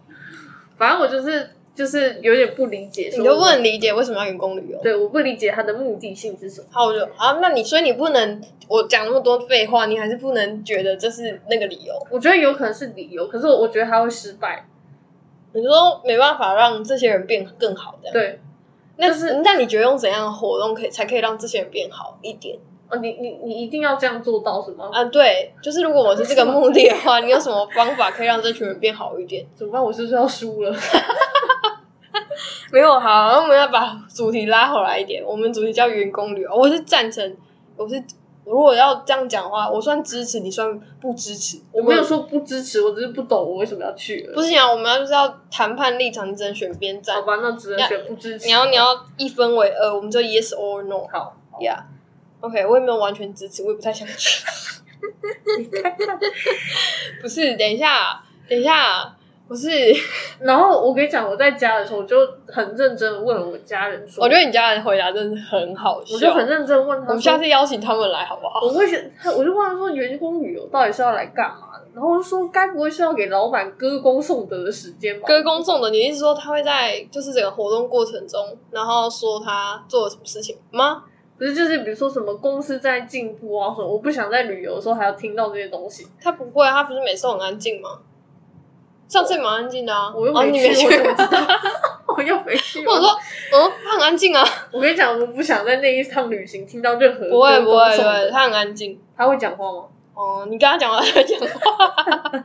S2: 反正我就是就是有点不理解，
S1: 你就不
S2: 问，
S1: 能理解为什么要员工旅游。
S2: 对，我不理解他的目的性是什么。
S1: 然后我就啊，那你所以你不能，我讲那么多废话，你还是不能觉得这是那个理由。
S2: 我觉得有可能是理由，可是我我觉得他会失败。
S1: 你说没办法让这些人变更好，这样。
S2: 对，
S1: 那
S2: 就是
S1: 那你觉得用怎样的活动可以才可以让这些人变好一点
S2: 哦，你你你一定要这样做到是吗？
S1: 啊？对，就是如果我是这个目的的话，你有什么方法可以让这群人变好一点？
S2: 怎么办？我是不是要输了？
S1: 没有好，那我们要把主题拉回来一点。我们主题叫员工旅游，我是赞成，我是如果要这样讲的话，我算支持，你算不支持。
S2: 我
S1: 我
S2: 没
S1: 们
S2: 有说不支持，我只是不懂我为什么要去而已。
S1: 不是讲我们要就是要谈判立场，你只能选边站
S2: 好。吧，那只能选不支持。
S1: 你要你要一分为二，我们就 yes or no。
S2: 好，
S1: Yeah。OK，我也没有完全支持，我也不太想去。 不是，等一下，等一下，不是，
S2: 然后我跟你讲，我在家的时候，我就很认真地问我家人说，
S1: 我觉得你家人回答真的很好笑。
S2: 我就很认真地问
S1: 我
S2: 他
S1: 们下
S2: 说，
S1: 次邀请他们来好不好？
S2: 我为什他我就问他说，员工旅游到底是要来干嘛的？然后我就说，该不会是要给老板歌功颂德的时间吧？
S1: 歌功颂德，你是说他会在就是整个活动过程中，然后说他做了什么事情吗？
S2: 不是，就是比如说什么公司在进步啊什么，我不想在旅游的时候还要听到这些东西。
S1: 他不会啊，他不是每次都很安静吗？上次也蛮安静的啊，
S2: 我又
S1: 哦你没
S2: 去，
S1: 去
S2: 我。怎么知道？ 我又没去。
S1: 我说，嗯，他很安静 啊，
S2: 我跟你讲，我不想在那一趟旅行听到任何
S1: 不会
S2: 歌
S1: 不
S2: 功
S1: 会，
S2: 颂
S1: 不会
S2: 德。
S1: 他很安静。
S2: 他会讲话吗？
S1: 哦，你跟他讲话，他会讲话，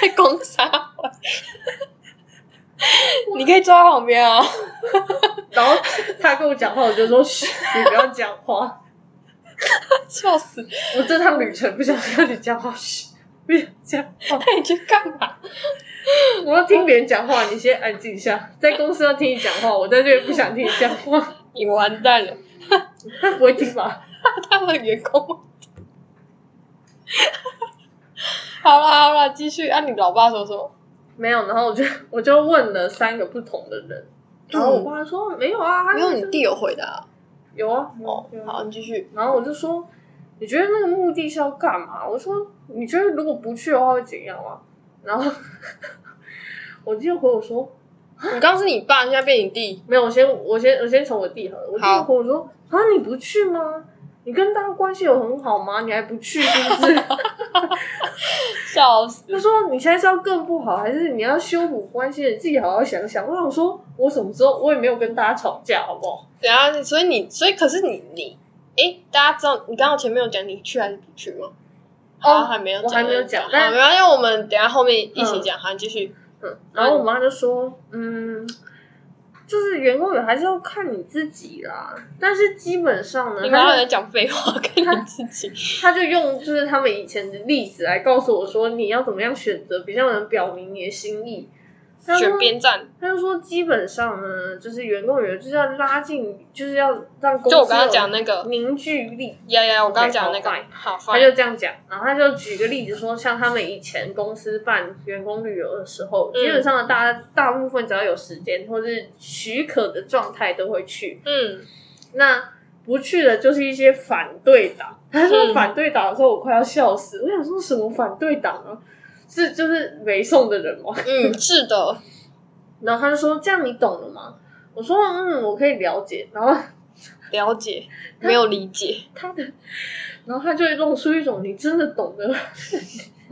S1: 在攻杀。你可以坐在旁边啊，
S2: 然后他跟我讲话，我就说嘘，你不要讲话。
S1: 笑死！
S2: 我这趟旅程不想跟你讲话，嘘，不想讲话。
S1: 那你去干嘛？
S2: 我要听别人讲话，你先安静一下。在公司要听你讲话，我在这边不想听你讲话。
S1: 你完蛋了，
S2: 他不会听吧？
S1: 他们员工。好啦好啦，继续。啊，你老爸说什么？
S2: 没有。然后我就我就问了三个不同的人，然后我爸说没有啊，他
S1: 没有，你弟有回答啊、
S2: 有啊，有
S1: 哦
S2: 啊。有啊
S1: 好，你继续。
S2: 然后我就说，你觉得那个目的是要干嘛？我说，你觉得 如果不去的话会怎样啊？然后我弟就回我说，
S1: 你刚刚是你爸，现在变你弟，
S2: 没有，我先我先我先从我弟好了。我弟
S1: 好
S2: 跟我说：“啊，你不去吗？你跟大家关系有很好吗？你还不去是不是？”
S1: 笑死！
S2: 他说：“你现在是要更不好，还是你要修补关系？你自己好好想想。”我想说，我什么时候我也没有跟大家吵架，好不好？
S1: 等一啊下，所以你，所以可是你你，诶，大家知道你刚刚前面有讲你去还是不去吗？
S2: 哦
S1: 好还没有，
S2: 我还没有讲
S1: 好，
S2: 但
S1: 没关系，我们等一下后面一起讲，好，你继续。
S2: 嗯，然后我妈就说，嗯，就是员工也还是要看你自己啦，但是基本上呢，
S1: 你刚刚
S2: 她
S1: 在
S2: 就
S1: 讲废话，看你自己。
S2: 她就用就是他们以前的例子来告诉我说，你要怎么样选择比较能表明你的心意。她说
S1: 选边站，
S2: 她就说，基本上呢，就是员工员就是要拉近，就是要让公司
S1: 就我刚刚
S2: 有
S1: 讲那个，
S2: 凝聚力，
S1: 呀呀，我刚刚讲那
S2: 好，fine
S1: 个，好，
S2: 他
S1: fine
S2: 就这样讲，然后他就举个例子说，像他们以前公司办员工旅游的时候，
S1: 嗯
S2: 基本上的大大部分只要有时间或是许可的状态都会去。
S1: 嗯，
S2: 那不去的就是一些反对党。他说
S1: 嗯
S2: 反对党的时候，我快要笑死。我想说什么反对党啊？是就是北宋的人吗？
S1: 嗯，是的，
S2: 然后他就说这样你懂了吗？我说嗯，我可以了解。然后
S1: 了解，没有理解，
S2: 他的，然后他就会露出一种你真的 懂得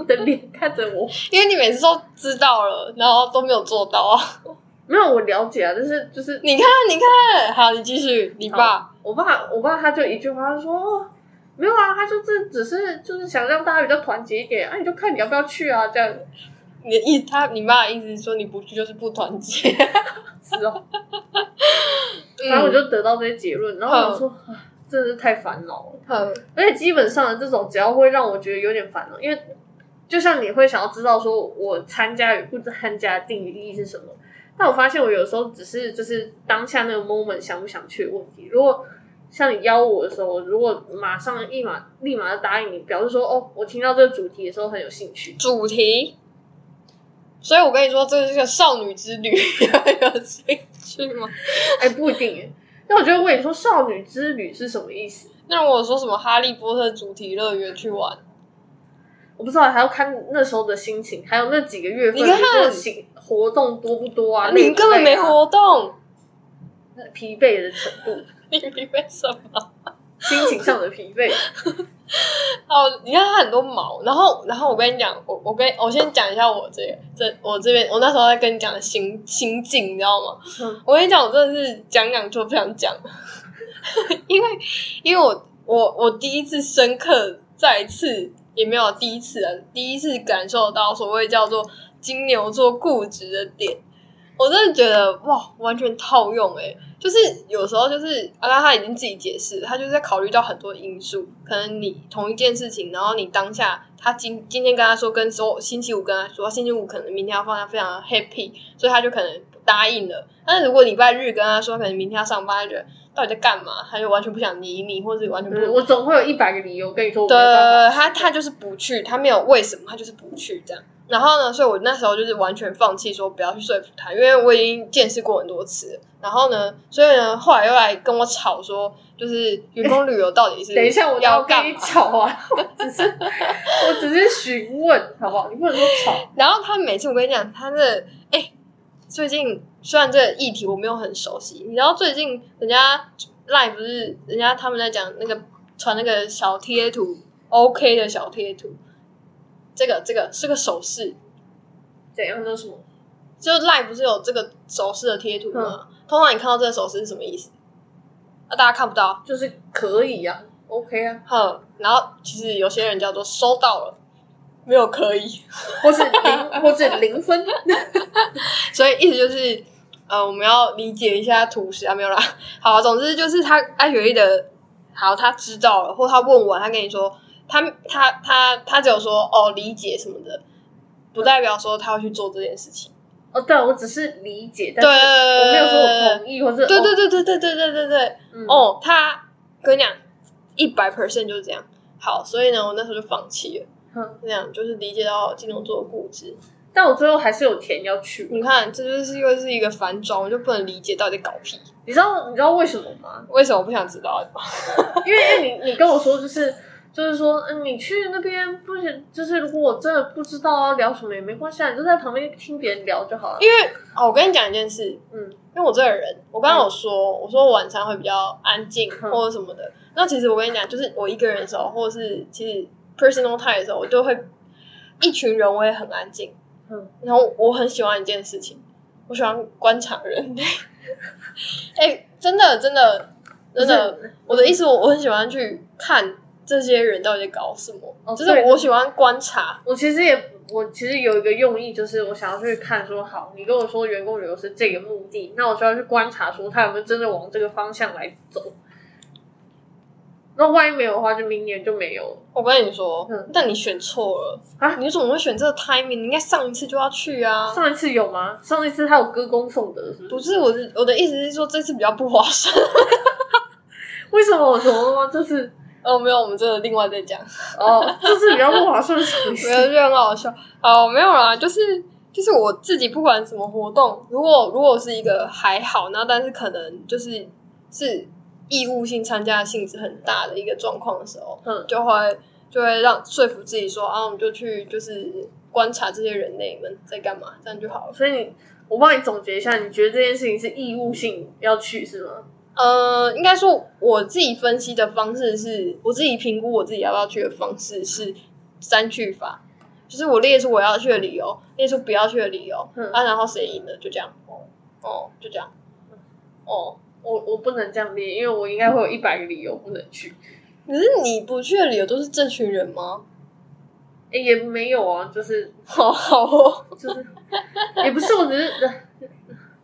S2: 的脸看着我。
S1: 因为你每次都知道了，然后都没有做到啊。
S2: 没有，我了解啊，但是就是
S1: 你看，你看，好，你继续，你爸，
S2: 我爸，我爸他就一句话，他说、哦、没有啊，他就是只是就是想让大家比较团结一点啊，你就看你要不要去啊，这样
S1: 你的意他，你妈的意思是说你不去就是不团结，
S2: 子哦。然
S1: 然
S2: 后
S1: 后
S2: 我就得到这些结论，然后我说，啊真的是太烦恼了。
S1: 很
S2: 而且基本上的这种，只要会让我觉得有点烦恼，因为就像你会想要知道说我参加与不参加的定义是什么，但我发现我有时候只是就是当下那个 moment 想不想去的问题。如果像你邀我的时候，我如果马上一马立马就答应你，表示说哦，我听到这个主题的时候很有兴趣。
S1: 主题。所以我跟你说，这是个少女之旅， 有兴趣吗？
S2: 哎，不一定耶。那我就会问你说，少女之旅是什么意思？
S1: 那如果说什么哈利波特主题乐园去玩，
S2: 我不知道，还要看那时候的心情，还有那几个月份，
S1: 你看
S2: 比如说行活动多不多啊？累
S1: 你
S2: 不
S1: 根本
S2: 累
S1: 没
S2: 啊
S1: 活动，
S2: 疲惫的程度，
S1: 你为什么？
S2: 心情上的疲惫。
S1: 哦，你看它很多毛，然后，然后我跟你讲，我我跟我先讲一下我这个这我这边，我那时候在跟你讲的心心境，你知道吗？
S2: 嗯
S1: 我跟你讲，我真的是讲讲就不想讲， 因为因为我我我第一次深刻再次也没有第一次啊，第一次感受到所谓叫做金牛座固执的点，我真的觉得哇，完全套用诶、就是有时候就是阿拉他已经自己解释，他就是在考虑到很多因素，可能你同一件事情，然后你当下他今今天跟他说，跟说星期五跟他说，星期五可能明天要放假，非常 happy，所以他就可能不答应了。但是如果礼拜日跟他说，可能明天要上班，他觉得到底在干嘛，他就完全不想理你，或者完全不
S2: 嗯，我总会有一百个理由跟你说我没
S1: 对
S2: 办法。
S1: 他他就是不去，他没有为什么，他就是不去这样。然后呢，所以我那时候就是完全放弃说不要去说服他，因为我已经见识过很多次了。然后呢，所以呢，后来又来跟我吵说，就是员工旅游到底是
S2: 等一下，我
S1: 要
S2: 要跟
S1: 干
S2: 你
S1: 嘛？
S2: 吵啊！我只是 我只是询问，好不好？你不能说吵。
S1: 然后他每次我跟你讲，他的哎、最近虽然这个议题我没有很熟悉，你知道最近人家赖不是人家他们在讲那个传那个小贴图，OK 的小贴图，这个这个是个手势，
S2: 怎样叫什么？
S1: 就是 Line 不是有这个手势的贴图
S2: 嗯
S1: 吗？通常你看到这个手势是什么意思？啊，大家看不到。
S2: 就是可以啊，OK 啊，
S1: 哼，然后其实有些人叫做收到了，没有可以，
S2: 或是零，或是零分。
S1: 所以意思就是，呃，我们要理解一下图示啊，没有啦。 好啊，总之就是他爱学艺的，好，他知道了，或他问完，他跟你说，他他他他只有说哦理解什么的，不代表说他会去做这件事情。
S2: 哦，对，我只是理解，但
S1: 对，
S2: 是我没有说我同意，或是
S1: 对对对对对对对对对。
S2: 哦
S1: 哦，他跟你讲，一百 percent 就是这样。好，所以呢，我那时候就放弃了。
S2: 嗯，嗯
S1: 那样就是理解到金牛座的固执。
S2: 但我最后还是有填要去。
S1: 你看，这就是又是一个反转，我就不能理解到底在搞屁。
S2: 你知道你知道为什么吗？
S1: 为什么不想知道？
S2: 因为因为你你跟我说就是。就是说，嗯，你去那边不行，就是如果我真的不知道要聊什么也没关系，啊，你就在旁边听别人聊就好了。
S1: 因为哦，我跟你讲一件事，
S2: 嗯，
S1: 因为我这个人，我刚刚有说，我说我晚餐会比较安静
S2: 嗯
S1: 或者什么的。那其实我跟你讲，就是我一个人的时候，或者是其实 personal time 的时候，我就会一群人，我也很安静。
S2: 嗯，
S1: 然后我很喜欢一件事情，我喜欢观察人 类。哎、真的，真的，真的，
S2: 就是
S1: 我的意思，我我很喜欢去看这些人到底在搞什么，
S2: 哦
S1: 就是
S2: 对
S1: 我喜欢观察。
S2: 我其实也，我其实有一个用意，就是我想要去看说，好，你跟我说员工旅游是这个目的，那我就要去观察说他有没有真的往这个方向来走。那万一没有的话，就明年就没有了
S1: 我跟你说，
S2: 嗯
S1: 但你选错了
S2: 啊
S1: 你怎么会选这个 timing？你应该上一次就要去啊。
S2: 上一次有吗？上一次他有歌功颂德，是不
S1: 不
S2: 是？
S1: 是我的，我的意思是说这次比较不划算。
S2: 为什么我什么吗？就是
S1: 哦，没有，我们这个另外再讲。
S2: 哦，就是比较不划算，什么意
S1: 没有，
S2: 思？
S1: 就很好笑。 哦，没有啦，就是就是我自己不管什么活动，如果如果是一个还好，那但是可能就是是义务性参加的性质很大的一个状况的时候，
S2: 嗯
S1: 就会就会让说服自己说啊，我们就去就是观察这些人类们在干嘛，这样就好了。
S2: 所以你，我帮你总结一下，你觉得这件事情是义务性要去是吗？
S1: 呃，应该说我自己分析的方式是，我自己评估我自己要不要去的方式是三去法，就是我列出我要去的理由，列出不要去的理由，
S2: 嗯
S1: 啊，然后谁赢了就这样，哦，哦，就这样，哦，
S2: 我我不能这样列，因为我应该会有一百个理由不能去。
S1: 可是你不去的理由都是这群人吗？
S2: 诶也没有啊，就是
S1: 好好哦，
S2: 就是也不是，我只是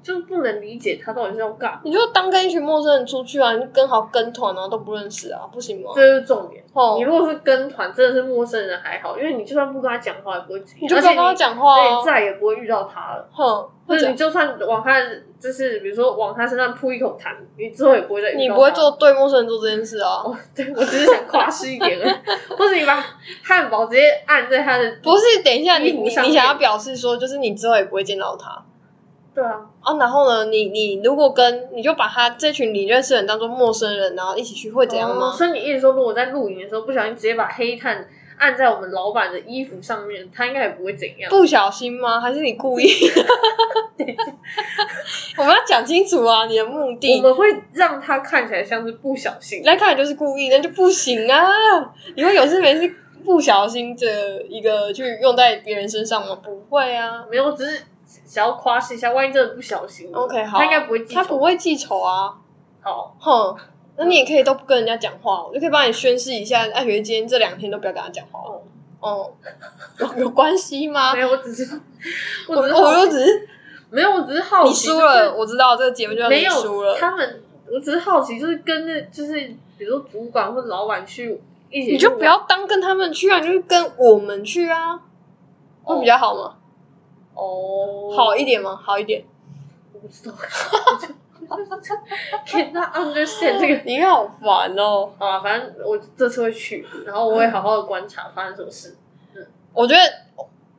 S2: 就是不能理解他到底是要干嘛，
S1: 你就当跟一群陌生人出去啊，你就跟好跟团啊，都不认识啊，不行吗
S2: 这？就是重点。
S1: 哦
S2: 你，如果是跟团，真的是陌生人还好，因为你就算不跟他讲话也不会怎样，
S1: 你就不要跟他讲话
S2: 而且你，对，
S1: 啊
S2: 你，再也不会遇到他了。
S1: 哼，
S2: 或
S1: 会
S2: 者
S1: 怎
S2: 你
S1: 样
S2: 就算往他就是比如说往他身上吐一口痰，你之后也不会再遇到他
S1: 你不会做对陌生人做这件事啊。
S2: 哦， 对我只是想夸饰一点而已，或者你把汉堡直接按在他的
S1: 不是，等一下，你
S2: 衣服
S1: 你你
S2: 上面
S1: 想要表示说，就是你之后也不会见到他
S2: 对啊，
S1: 啊。然后呢，你你如果跟你就把他这群你认识的人当做陌生人，然后一起去会怎样
S2: 哦
S1: 吗？
S2: 所以你意思说，如果在露营的时候不小心直接把黑炭按在我们老板的衣服上面，他应该也不会怎样。
S1: 不小心吗？还是你故意？ 我们要讲清楚啊，你的目
S2: 我
S1: 的。
S2: 们会让他看起来像是不小心。
S1: 来看来就是故意，那就不行啊！你会有事没事不小心的一个去用在别人身上吗？不会啊。
S2: 没有，我只是想要夸饰一下，万一真的不小心
S1: OK，好，
S2: 他应该不会记
S1: 他
S2: 仇
S1: 不会记仇啊。
S2: 好，
S1: 哼，那你也可以都不跟人家讲话，我就可以帮你宣誓一下，艾学今天这两天都不要跟他讲话。
S2: 哦
S1: 哦、有 有关系吗
S2: 没？有，我只是，
S1: 我
S2: 我只是好
S1: 我就只是
S2: 没有，我只是好
S1: 你
S2: 奇，
S1: 输了，我知道这个节目就
S2: 就是
S1: 要
S2: 没
S1: 你
S2: 有
S1: 输了，
S2: 他们，我只是好奇，就是跟那就是比如说主管或老板去一起，
S1: 你就不要当跟他们去啊，你就跟我们去啊，会比较好吗？
S2: 哦，
S1: 好一点吗？好一点。
S2: 我不知道， 我就 cannot understand 这个。
S1: 你好烦哦！
S2: 好啊，反正我这次会去，然后我会好好的观察发生什么事。
S1: 我觉得，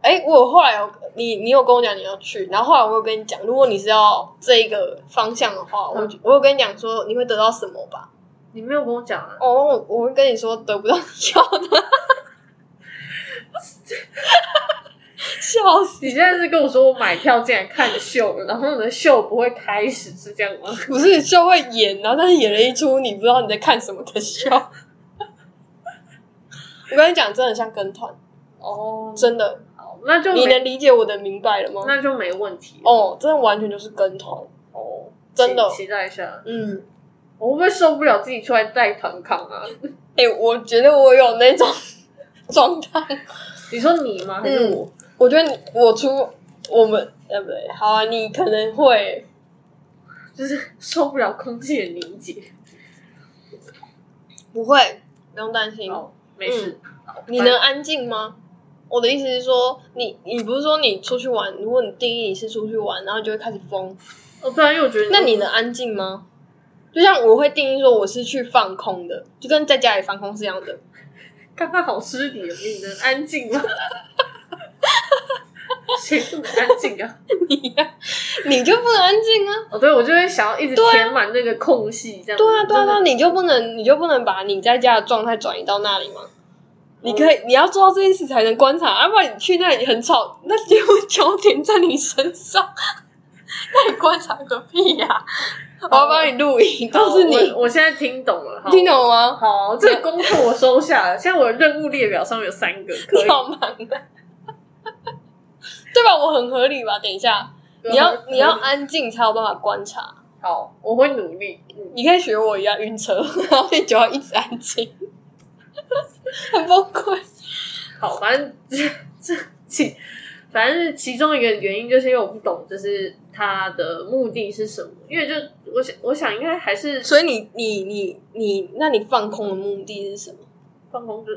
S1: 哎、我后来有你，你有跟我讲你要去，然后后来我有跟你讲，如果你是要这一个方向的话，我
S2: 嗯
S1: 我有跟你讲说你会得到什么吧？
S2: 你没有跟我讲啊？
S1: 哦，我我会跟你说得不到你要的， 笑死！
S2: 你现在是跟我说我买票进来看秀了，然后你的秀不会开始是这样吗？
S1: 不是就会演，然后但是演了一出你不知道你在看什么的笑。我跟你讲，真的很像跟团，
S2: 哦，
S1: 真的，
S2: 好，那就
S1: 你能
S2: 没
S1: 理解我的明白了吗？
S2: 那就没问题了
S1: 哦，真的完全就是跟团，
S2: 哦，
S1: 真的
S2: 期期待一下，
S1: 嗯。
S2: 我会不会受不了自己出来带团康啊？
S1: 哎、我觉得我有那种 状态。
S2: 你说你
S1: 嗯
S2: 吗？还是我？
S1: 我觉得你我出我们呃不对，好啊，你可能会
S2: 就是受不了空气的凝结。
S1: 不会？不用担心，
S2: 哦，没事，
S1: 嗯你能安静吗？我的意思是说，你你不是说你出去玩，如果你定义你是出去玩，然后就会开始疯，
S2: 哦，对啊，因为我觉得
S1: 那你能安静吗？就像我会定义说我是去放空的，就跟在家里放空是一样的。
S2: 刚刚好失礼，你能安 静吗？谁不能安静啊？
S1: 你呀、你就不能安静啊！
S2: 哦，对，我就会想要一直
S1: 对啊
S2: 填满那个空隙，这样子
S1: 对啊，对啊，对啊，
S2: 就是
S1: 你就不能，你就不能把你在家的状态转移到那里吗？你可以，你要做到这件事才能观察，要、不然你去那里很吵，那结果焦点在你身上， 那你观察个屁呀、我要帮你录影，都是你
S2: 哦我我现在听懂了，好
S1: 听懂了吗？
S2: 好，这个功课我收下了。现在我的任务列表上面有三个，可以
S1: 你。好忙啊，对吧？我很合理吧？等一下，你要你要安静才有办法观察。
S2: 好，我会努力。嗯
S1: 你可以学我一样晕车， 然后你就要一直安 静，很崩溃。
S2: 好，反正这这其反正是其中一个原因，就是因为我不懂，就是它的目的是什么。因为就我想，我想应该还是
S1: 所以你你你你，那你放空的目的是什么？
S2: 放空，就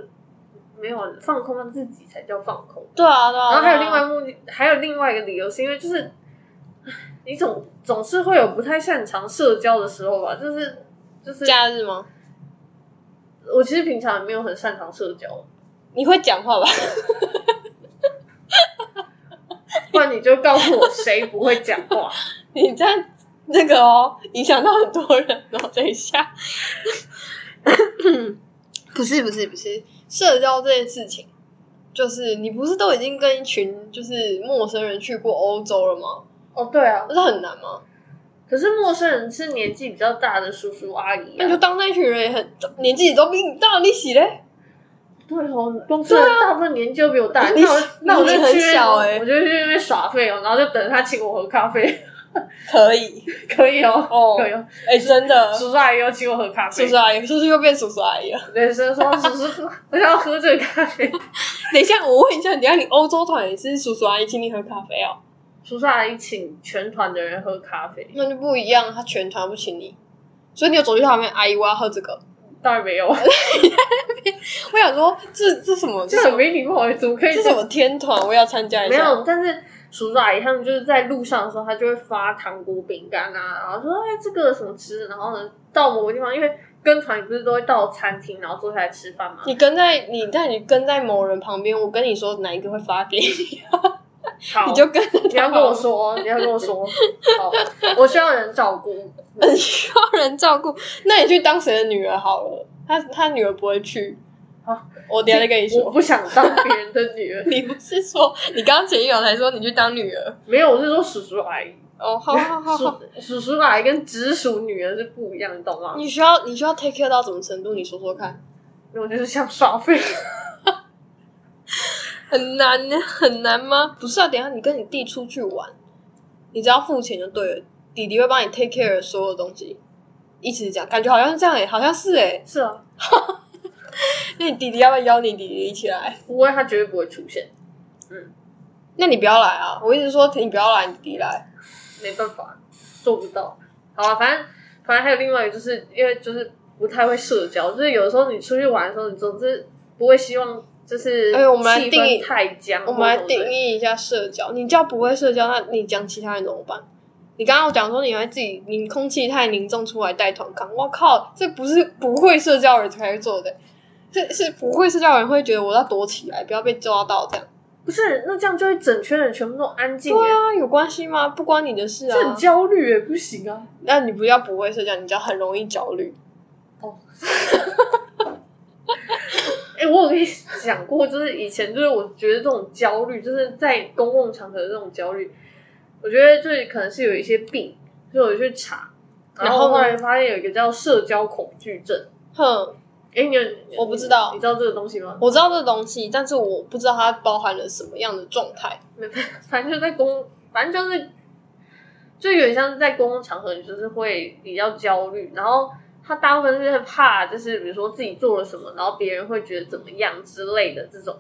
S2: 没有啊放空让自己才叫放空。
S1: 对啊，对啊。
S2: 然后还有另
S1: 对
S2: 外
S1: 啊
S2: 目的，还有另外一个理由，是因为就是唉你总总是会有不太擅长社交的时候吧，就是就是
S1: 假日吗？
S2: 我其实平常也没有很擅长社交，
S1: 你会讲话吧？
S2: 不然你就告诉我谁不会讲话。
S1: 你这样那个哦，影响到很多人哦。等一下，不是不是不是，社交这件事情，就是你不是都已经跟一群就是陌生人去过欧洲了吗？
S2: 哦，对啊，
S1: 不是很难吗？
S2: 可是陌生人是年纪比较大的叔叔阿姨
S1: 那你就
S2: 啊。
S1: 当那群人也很年纪也都比你大，你洗嘞？
S2: 对哦，公司人大部分年纪都比我大，
S1: 啊你
S2: 那我那我就
S1: 你很
S2: 去那边
S1: 小欸
S2: 我就去那边耍废哦，然后就等他请我喝咖啡，
S1: 可以
S2: 可以哦，
S1: 哦
S2: 可以哦，
S1: 哎、真的，
S2: 叔叔阿姨又请我喝咖啡，
S1: 叔叔阿姨，叔叔又变叔叔阿姨了。
S2: 对，所以说叔叔，我想要喝这个咖啡。
S1: 等一下，我问一下，等一下你欧洲团也是叔叔阿姨请你喝咖啡哦？
S2: 叔叔阿姨请全团的人喝咖啡，
S1: 那就不一样，他全团不请你，所以你有走去他们阿姨，我要喝这个。
S2: 当然没 有，
S1: 我想说，这这什么？
S2: 就
S1: 这什
S2: 很
S1: 么？
S2: 没礼貌，怎么可以
S1: 这
S2: 这
S1: 什么天团？我要参加一
S2: 没
S1: 下。
S2: 有，但是叔叔阿姨他们就是在路上的时候，他就会发糖果、饼干啊，然后说哎这个什么吃的，然后呢到某个地方，因为跟团不是都会到餐厅，然后坐下来吃饭嘛。
S1: 你跟在你，但你跟在某人旁边，我跟你说哪一个会发给你，
S2: 好，
S1: 你就跟着 他
S2: 你要跟我说，你要跟我说，好，我需要人照顾。
S1: 很需要人照顾。那你去当谁的女儿好了？他他女儿不会去。
S2: 好，
S1: 我等一下再跟你
S2: 我
S1: 说。
S2: 不想当别人的女儿，
S1: 你不是说你刚刚前一秒才说你去当女儿？
S2: 没有，我是说叔叔阿姨。
S1: 哦，好好好好。
S2: 叔 叔叔阿姨跟直属女儿是不一样，你懂吗？
S1: 你需要你需要 take care 到什么程度？你说说看。
S2: 我就是像耍废。
S1: 很难很难吗？不是啊，等一下你跟你弟出去玩，你只要付钱就对了，弟弟会帮你 take care 所有东西。一直讲，感觉好像是这样哎、好像是哎、
S2: 是啊，
S1: 那你弟弟要不要邀你弟弟一起来？
S2: 不会，他绝对不会出现，
S1: 那你不要来啊！我一直说你不要来，你弟弟来。
S2: 没办法，做不到。好啊，反正反正还有另外一个，就是因为就是不太会社交，就是有的时候你出去玩的时候，你总是不会希望就是
S1: 哎我们来
S2: 气氛
S1: 定义
S2: 太僵，
S1: 我们来
S2: 或者什么
S1: 定
S2: 之类
S1: 义一下社交。你叫不会社交，那你讲其他人怎么办？你刚刚有讲说你还自己你空气太凝重出来带团康，我靠，这不是不会社交人才会做的，是是不会社交人会觉得我要躲起来，不要被抓到这样。
S2: 的不是那这样就会整圈人全部都安静、
S1: 对
S2: 欸，
S1: 啊，有关系吗？不关你的事
S2: 这很
S1: 啊。
S2: 焦虑、欸，不行啊。
S1: 那你不要不会社交，你叫很容易焦虑。
S2: 哎、我有跟你讲过，就是以前就是我觉得这种焦虑，就是在公共场合的这种焦虑，我觉得就是可能是有一些病，所以我就去查，然
S1: 然后
S2: 后
S1: 呢
S2: 后来发现有一个叫社交恐惧症。
S1: 哼，
S2: 哎、你有
S1: 我不知道
S2: 你知道这个东西吗？
S1: 我知道这东西，但是我不知道它包含了什么样的状态。
S2: 没办法反正就在公，反正就是就有点像是在公共场合，你就是会比较焦虑，然后。他大部分是怕，就是比如说自己做了什么，然后别人会觉得怎么样之类的这种。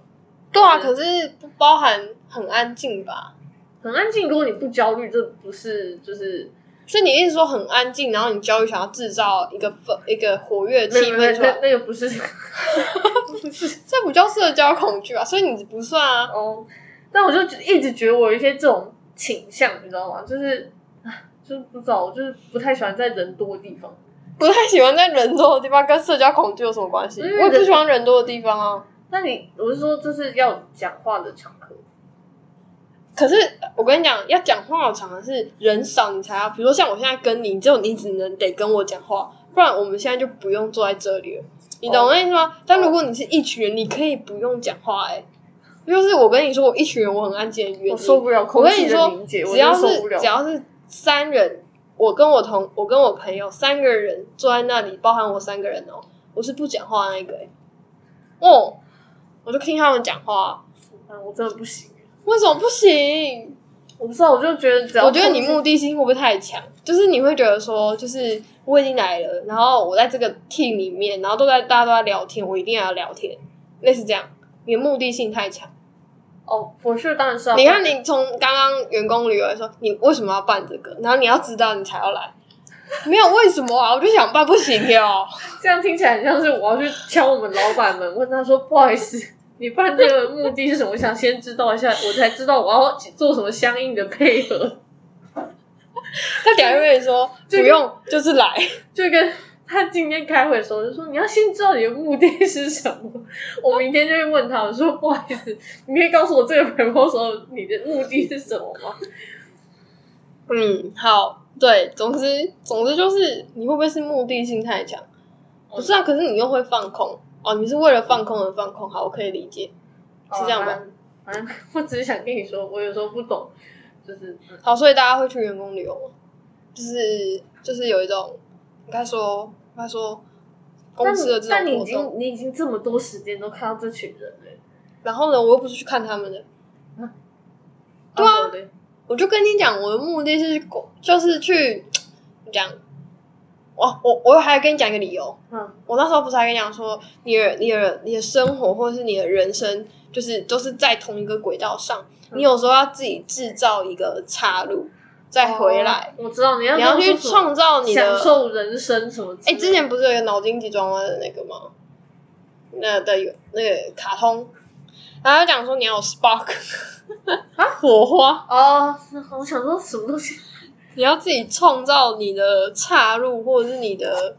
S1: 对啊，
S2: 是
S1: 可是不包含很安静吧？
S2: 很安静，如果你不焦虑，这不是就是
S1: 所以你一直说很安静，然后你焦虑想要制造一个氛一个活跃的气
S2: 没有
S1: 氛出
S2: 那
S1: 来，
S2: 那个不是
S1: 这不叫社交恐惧啊？所以你不算啊。
S2: 哦。但我就一直觉得我有一些这种倾向，你知道吗？就是唉就是不知道，我就是不太喜欢在人多的地方。
S1: 不太喜欢在人多的地方，跟社交恐惧有什么关系？
S2: 因为
S1: 我也不
S2: 嗯人
S1: 喜欢人多的地方啊。
S2: 那你我是说，就是要讲话的场合，
S1: 可是我跟你讲，要讲话好长的是人少你才要，比如说像我现在跟你，只有你只能得跟我讲话，不然我们现在就不用坐在这里了。你懂我意思
S2: 哦
S1: 吗？但如果你是一群人，你可以不用讲话、欸，哎，就是我跟你说，我一群人我很安静的原因，
S2: 我受不了
S1: 我
S2: 空
S1: 跟
S2: 气
S1: 你
S2: 的
S1: 说
S2: 凝，结，我
S1: 只
S2: 真
S1: 要
S2: 的
S1: 是
S2: 受不了
S1: 只。要是三人，我跟我同我跟我朋友三个人坐在那里，包含我三个人哦，我是不讲话那一个、欸，哦，我就听他们讲话，
S2: 嗯我真的不行，
S1: 为什么不行？
S2: 我不知道，我就觉得只要
S1: 我觉得你
S2: 控制
S1: 目的性会不会太强？就是你会觉得说，就是我已经来了，然后我在这个 team 里面，然后都在大家都在聊天，我一定要聊天，类似这样。你的目的性太强。
S2: 哦，我是当然是要
S1: 你看，你从刚刚员工旅游说，你为什么要办这个？然后你要知道你才要来，没有为什么啊？我就想办，不行哦。
S2: 这样听起来很像是我要去敲我们老板们，问他说：“不好意思， 你办这个目的是什么？我想先知道一下，我才知道我要做什么相应的配合。
S1: 他等下就跟你说，不
S2: 这个
S1: 用，就是来。”
S2: 就跟他今天开会的时候就说：“你要先知道你的目的是什么。”我明天就会问他，我说：“不好意思，你可以告诉我这个 proposal 你的目的是什么吗
S1: 嗯，好，对，总之，总之就是你会不会是目的性太强？
S2: 哦
S1: 不是啊，可是你又会放空哦，你是为了放空而放空，好，我可以理解。？”是这样吧
S2: 好啊？反正反正我只是想跟你说，我有时候不懂，就是嗯
S1: 好，所以大家会去员工旅游吗？就是就是有一种应该说应该说公司的这
S2: 但
S1: 种
S2: 你但你已
S1: 活动，
S2: 经你已经这么多时间都看到这群人了。
S1: 然后呢，我又不是去看他们的，
S2: 对啊，
S1: 我就跟你讲，我的目的是就是去讲，我我我还跟你讲一个理由，
S2: 嗯，
S1: 我那时候不是还跟你讲说，你的、你的、你的生活或者是你的人生，就是都是在同一个轨道上。
S2: 嗯
S1: 你有时候要自己制造一个岔路，再回来，
S2: 哦。我知道你要
S1: 你要去创造你
S2: 享
S1: 的。
S2: 受人生什么之
S1: 哎、
S2: 类的。
S1: 之前不是有一个脑筋急转弯的那个吗？那的有那个卡通，然后他讲说你要有 spark 啊火花，
S2: 哦，我想说什么东西？
S1: 你要自己创造你的岔路或者是你的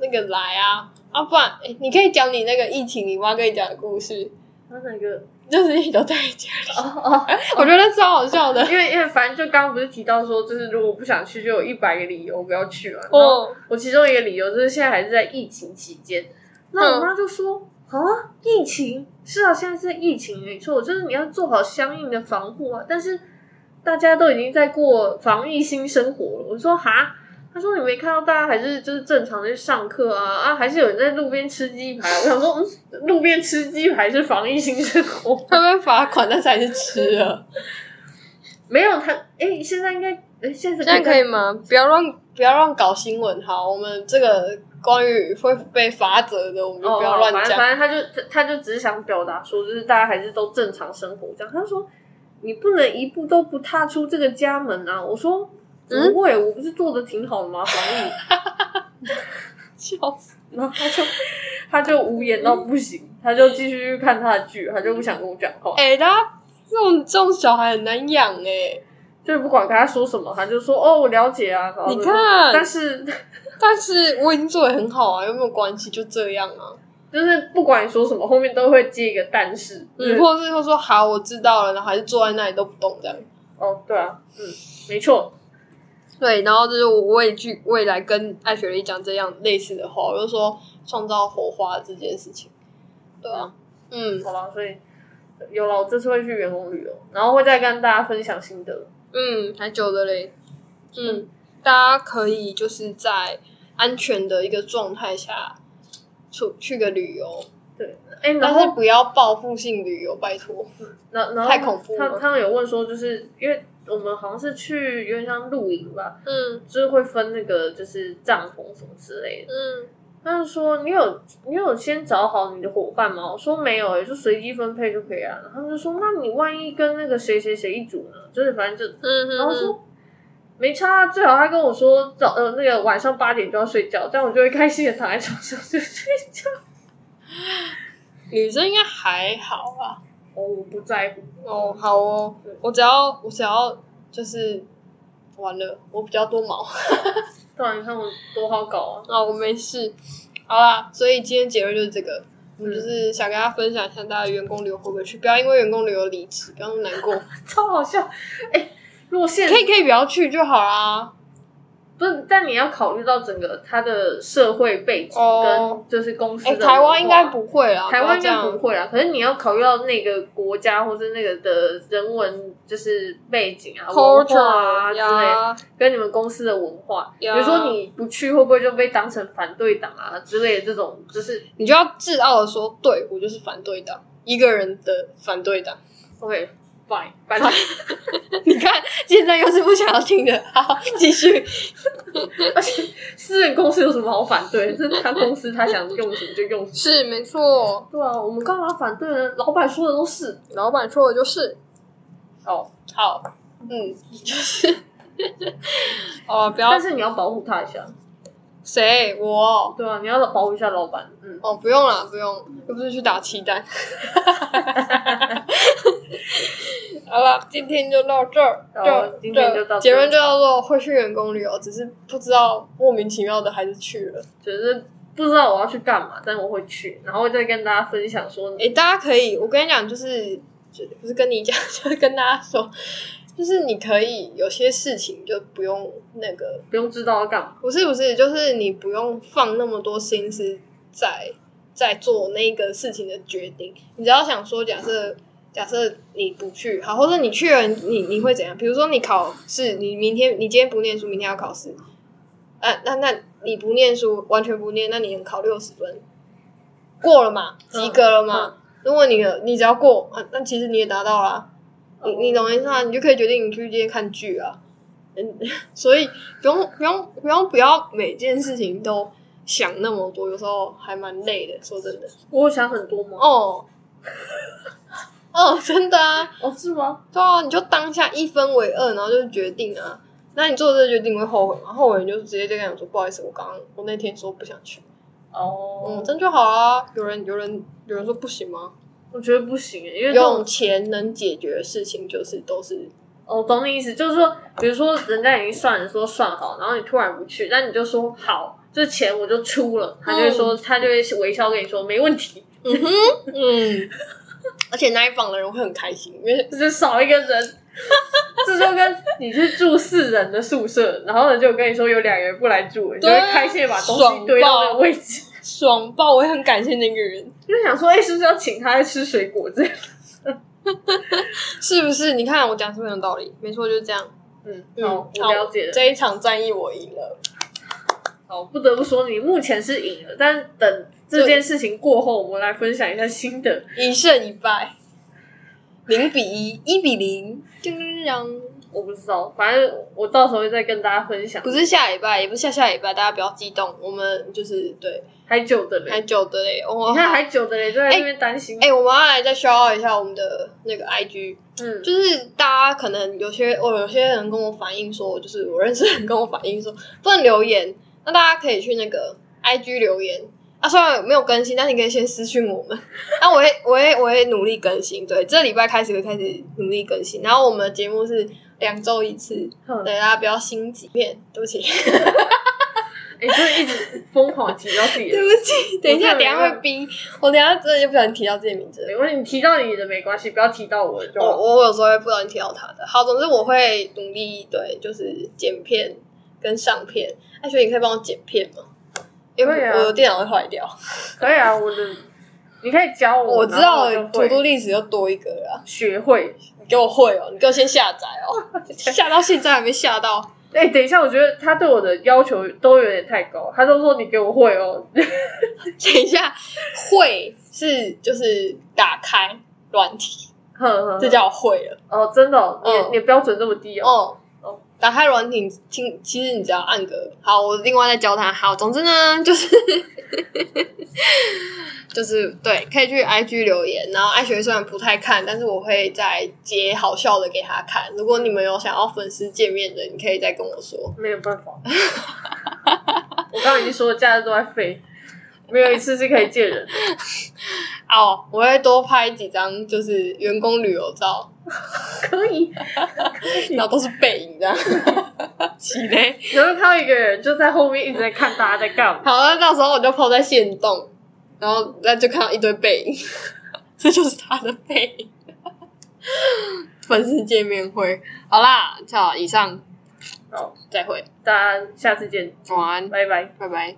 S1: 那个来啊啊，不然、哎，你可以讲你那个疫情你妈跟你讲的故事。
S2: 他那个
S1: 就是一直都在家里，
S2: 哦哦，
S1: 我觉得超好笑的。
S2: 因为因为反正就刚刚不是提到说，就是如果不想去，就有一百个理由不要去嘛。然后
S1: 哦，
S2: 我其中一个理由就是现在还是在疫情期间，那我
S1: 嗯
S2: 妈就说。啊，疫情是啊，现在是疫情没错，就是你要做好相应的防护啊。但是大家都已经在过防疫新生活了。我说哈，他说你没看到大家还是就是正常去上课啊啊，还是有人在路边吃鸡排。我想说，嗯，路边吃鸡排是防疫新生活，
S1: 他被罚款，但是还是吃了。
S2: 没有他哎，现在应该哎现
S1: 现
S2: 在
S1: 在可以
S2: 在
S1: 吗？不要乱不要乱搞新闻哈。我们这个关于会被罚则的，我们就
S2: 哦，
S1: 不要乱
S2: 反正
S1: 讲。
S2: 反正他就他他就只是想表达说，就是大家还是都正常生活这样。他说你不能一步都不踏出这个家门啊！我说
S1: 嗯
S2: 不会，我不是做的挺好的吗？防疫，
S1: 笑死！
S2: 然后他就他就无言到不行，他就继续去看他的剧，他就不想跟我讲话，
S1: 哎、大家这种这种小孩很难养哎、
S2: 就不管跟他说什么，他就说哦，我了解啊。然后
S1: 你
S2: 就
S1: 看，
S2: 但
S1: 但是
S2: 是
S1: 我已经做的很好啊，有没有关系？就这样啊。
S2: 就是不管你说什么，后面都会接一个但是，就是
S1: 嗯，或者是说说好，我知道了，然后还是坐在那里都不动这样。
S2: 哦，对啊，嗯，没错，
S1: 对，然后就是我我也去未来跟艾雪莉讲这样类似的话，我就说创造火花这件事情。对啊，嗯
S2: 好了，所以有了，我这次会去员工旅游，然后会再跟大家分享心得。
S1: 嗯，还久的嘞。嗯，大家可以就是在安全的一个状态下出去个旅游，
S2: 哎、然
S1: 但是
S2: 后
S1: 不要报复性旅游，拜托。
S2: 然然后
S1: 哦太恐怖了
S2: 他他们有问说，就是因为我们好像是去有点像露营吧，
S1: 嗯
S2: 就是会分那个就是帐篷什么之类的。
S1: 嗯，
S2: 他就说你有你有先找好你的伙伴吗？我说没有、也就随机分配就可以啊。他们就说那你万一跟那个谁谁谁一组呢？就是反正就
S1: 嗯
S2: 然后说没差啊，最好他跟我说早呃那个晚上八点就要睡觉，这样我就会开心的躺在床上就睡觉。
S1: 女生应该还好吧。
S2: 哦，我不在乎。
S1: 哦，好哦
S2: 对，
S1: 我只要我只要就是完了，我比较多毛
S2: 对啊，你看我多好搞啊！
S1: 啊，我没事。好啦，所以今天结论就是这个，我们
S2: 嗯
S1: 就是想跟大家分享一下，大家员工旅游会不会去？不要因为员工旅游离职，不要那么难过，
S2: 超好笑。哎、如果现
S1: 可以可以不要去就好啦。
S2: 不是，但你要考虑到整个他的社会背景
S1: 哦
S2: 跟 就是公司
S1: 哎、
S2: 的文化、
S1: 台湾应该不会啦，
S2: 台湾应该
S1: 要这
S2: 不
S1: 样
S2: 会啦，可是你要考虑到那个国家或是那个的人文就是背景啊、文化啊
S1: culture
S2: 之类，
S1: 呀，
S2: 跟你们公司的文化。
S1: 呀
S2: 比如说你不去，会不会就被当成反对党啊之类的这种，就是
S1: 你就要自傲的说，对我就是反对党，一个人的反对党。
S2: OK fine，反 正
S1: 你看，现在又是不想要听的，好，继续。
S2: 私人公司有什么好反对？是他公司他想用什么就用什么。
S1: 是没错，
S2: 对啊，我们干嘛反对呢？老板说的都是
S1: 老板说的就是
S2: 哦，
S1: 好，嗯，就是， 哦，不要
S2: 但是你要保护他一下。
S1: 谁我
S2: 对啊，你要保护一下老板。嗯，
S1: 哦，不用啦，不用，又不是去打气 弹。好了，今天就到这儿，
S2: 好
S1: 这
S2: 今天就到这儿
S1: 结论就叫做会去员工旅游，只是不知道莫名其妙的还是去了。
S2: 就是不知道我要去干嘛，但我会去，然后再跟大家分享说，
S1: 诶，大家可以，我跟你讲，就是就不是跟你讲，就是跟大家说，就是你可以有些事情就不用那个，
S2: 不用知道要干嘛。
S1: 不是不是，就是你不用放那么多心思在在做那个事情的决定，你只要想说，假设假设你不去，好，或者你去了，你你会怎样？比如说你考试，你明天你今天不念书，明天要考试，啊，那那你不念书，完全不念，那你能考六十分，过了嘛，及格了嘛？
S2: 嗯
S1: 如果你的你只要过，啊，那其实你也达到啦。你你懂我意思吗？你就可以决定你去今天看剧啊。嗯， 所以不用不用不用不要每件事情都想那么多，有时候还蛮累的。说真的，
S2: 我有想很多吗？
S1: 哦，哦，真的啊，
S2: 哦，是吗？
S1: 对啊，你就当下一分为二，然后就决定啊。那你做这个决定你会后悔吗？后悔你就直接就跟他讲说，不好意思，我刚刚我那天说不想去，
S2: 哦，
S1: 嗯，这样就好啦。有人有人有人说不行吗？
S2: 我觉得不行欸耶，因为这
S1: 用
S2: 种
S1: 钱能解决的事情，就是都是
S2: 哦，懂你意思，就是说，比如说人家已经算了说算好，然后你突然不去，那你就说好，这钱我就出了，他就会说，他就会微笑跟你说没问题，
S1: 嗯，而且那一房的人会很开心，因为
S2: 这就少一个人。 这就跟你去住四人的宿舍，然后呢就跟你说有两个人不来住，你就
S1: 对
S2: 会
S1: 啊
S2: 开心地把东
S1: 爽
S2: 西堆到那
S1: 爆
S2: 个位置。
S1: 爽爆，我也很感谢那个人，
S2: 就想说，哎、是不是要请他吃水果这样？
S1: 是不是？你看我讲是不是很有道理？没错，就是这样。
S2: 嗯，
S1: 嗯，
S2: 好，我了解了。
S1: 这一场战役我赢了，
S2: 好，不得不说，你目前是赢了，但等这件事情过后，我们来分享一下新的。
S1: 一胜一败，零比一，一比零，叮叮当。
S2: 我不知道，反正我到时候会再跟大家分享。
S1: 不是下礼拜，也不是下下礼拜，大家不要激动，我们就是对
S2: 还久的
S1: 还哎
S2: 嘞，
S1: 久的嘞。我
S2: 你
S1: 哎
S2: 看、还久的嘞，就在那边担心。
S1: 我们要来再 s h o 一下我们的那个 IG，
S2: 嗯，
S1: 就是大家可能有些哦我有些人跟我反映说，就是我认识的人跟我反映说不能留言，那大家可以去那个 IG 留言。啊，虽然没有更新，但你可以先私讯我们。 那我会，我会，我会努力更新。对，这礼拜开始会开始努力更新。然后我们的节目是两周一次，
S2: 哼
S1: 对大家不要心急。面对不起，
S2: 哎、就是一直疯狂提到自己
S1: 对
S2: 的。
S1: 不起。等一下，
S2: 我
S1: 等一
S2: 真的
S1: 下会逼我，等一下真的就不小心提到自己的名字了。
S2: 没关系，你提到你的没关系，不要提到我的就
S1: 我
S2: 好。
S1: 我有时候会不小心提到他的。好，总之我会努力，对，就是剪片跟上片。艾雪，你可以帮我剪片吗？因
S2: 可以
S1: 为
S2: 啊
S1: 我的电脑会坏掉。
S2: 可以啊，我的，你可以教我，
S1: 我知道
S2: 然后我
S1: 图
S2: 就
S1: 图
S2: 会
S1: 历史又多一个了啊。
S2: 学会。
S1: 你给我会哦，你给我先下载哦，下到现在还没下到。
S2: 哎、等一下，我觉得他对我的要求都有点太高，他都说你给我会哦，
S1: 等一下，会是就是打开软体，
S2: 呵呵，
S1: 这叫会啊了。
S2: 哦，真的、哦，你、
S1: 嗯
S2: 你的标准这么低哦，
S1: 哦
S2: 哦，
S1: 打开软体，听，其实你只要按个好，我另外再教他。好，总之呢， 就是就是对，可以去 IG 留言。然后艾雪虽然不太看，但是我会再截好笑的给他看。如果你们有想要粉丝见面的，你可以再跟我说。
S2: 没有办法。 我刚刚已经说了，假日都在飞，没有一次是可以见人的。
S1: 哦，我会多拍几张就是员工旅游照，
S2: 可以，
S1: 然后都是背影这样。起嘞。
S2: 然后看到一个人就在后面一直在看大家在干嘛，
S1: 好，那到时候我就抛在线动，然后那就看到一堆背影， 这就是他的背影。粉丝见面会，好啦，好，以上
S2: 好，
S1: 再会，
S2: 大家下次见，
S1: 晚安，
S2: 拜拜。
S1: 拜拜。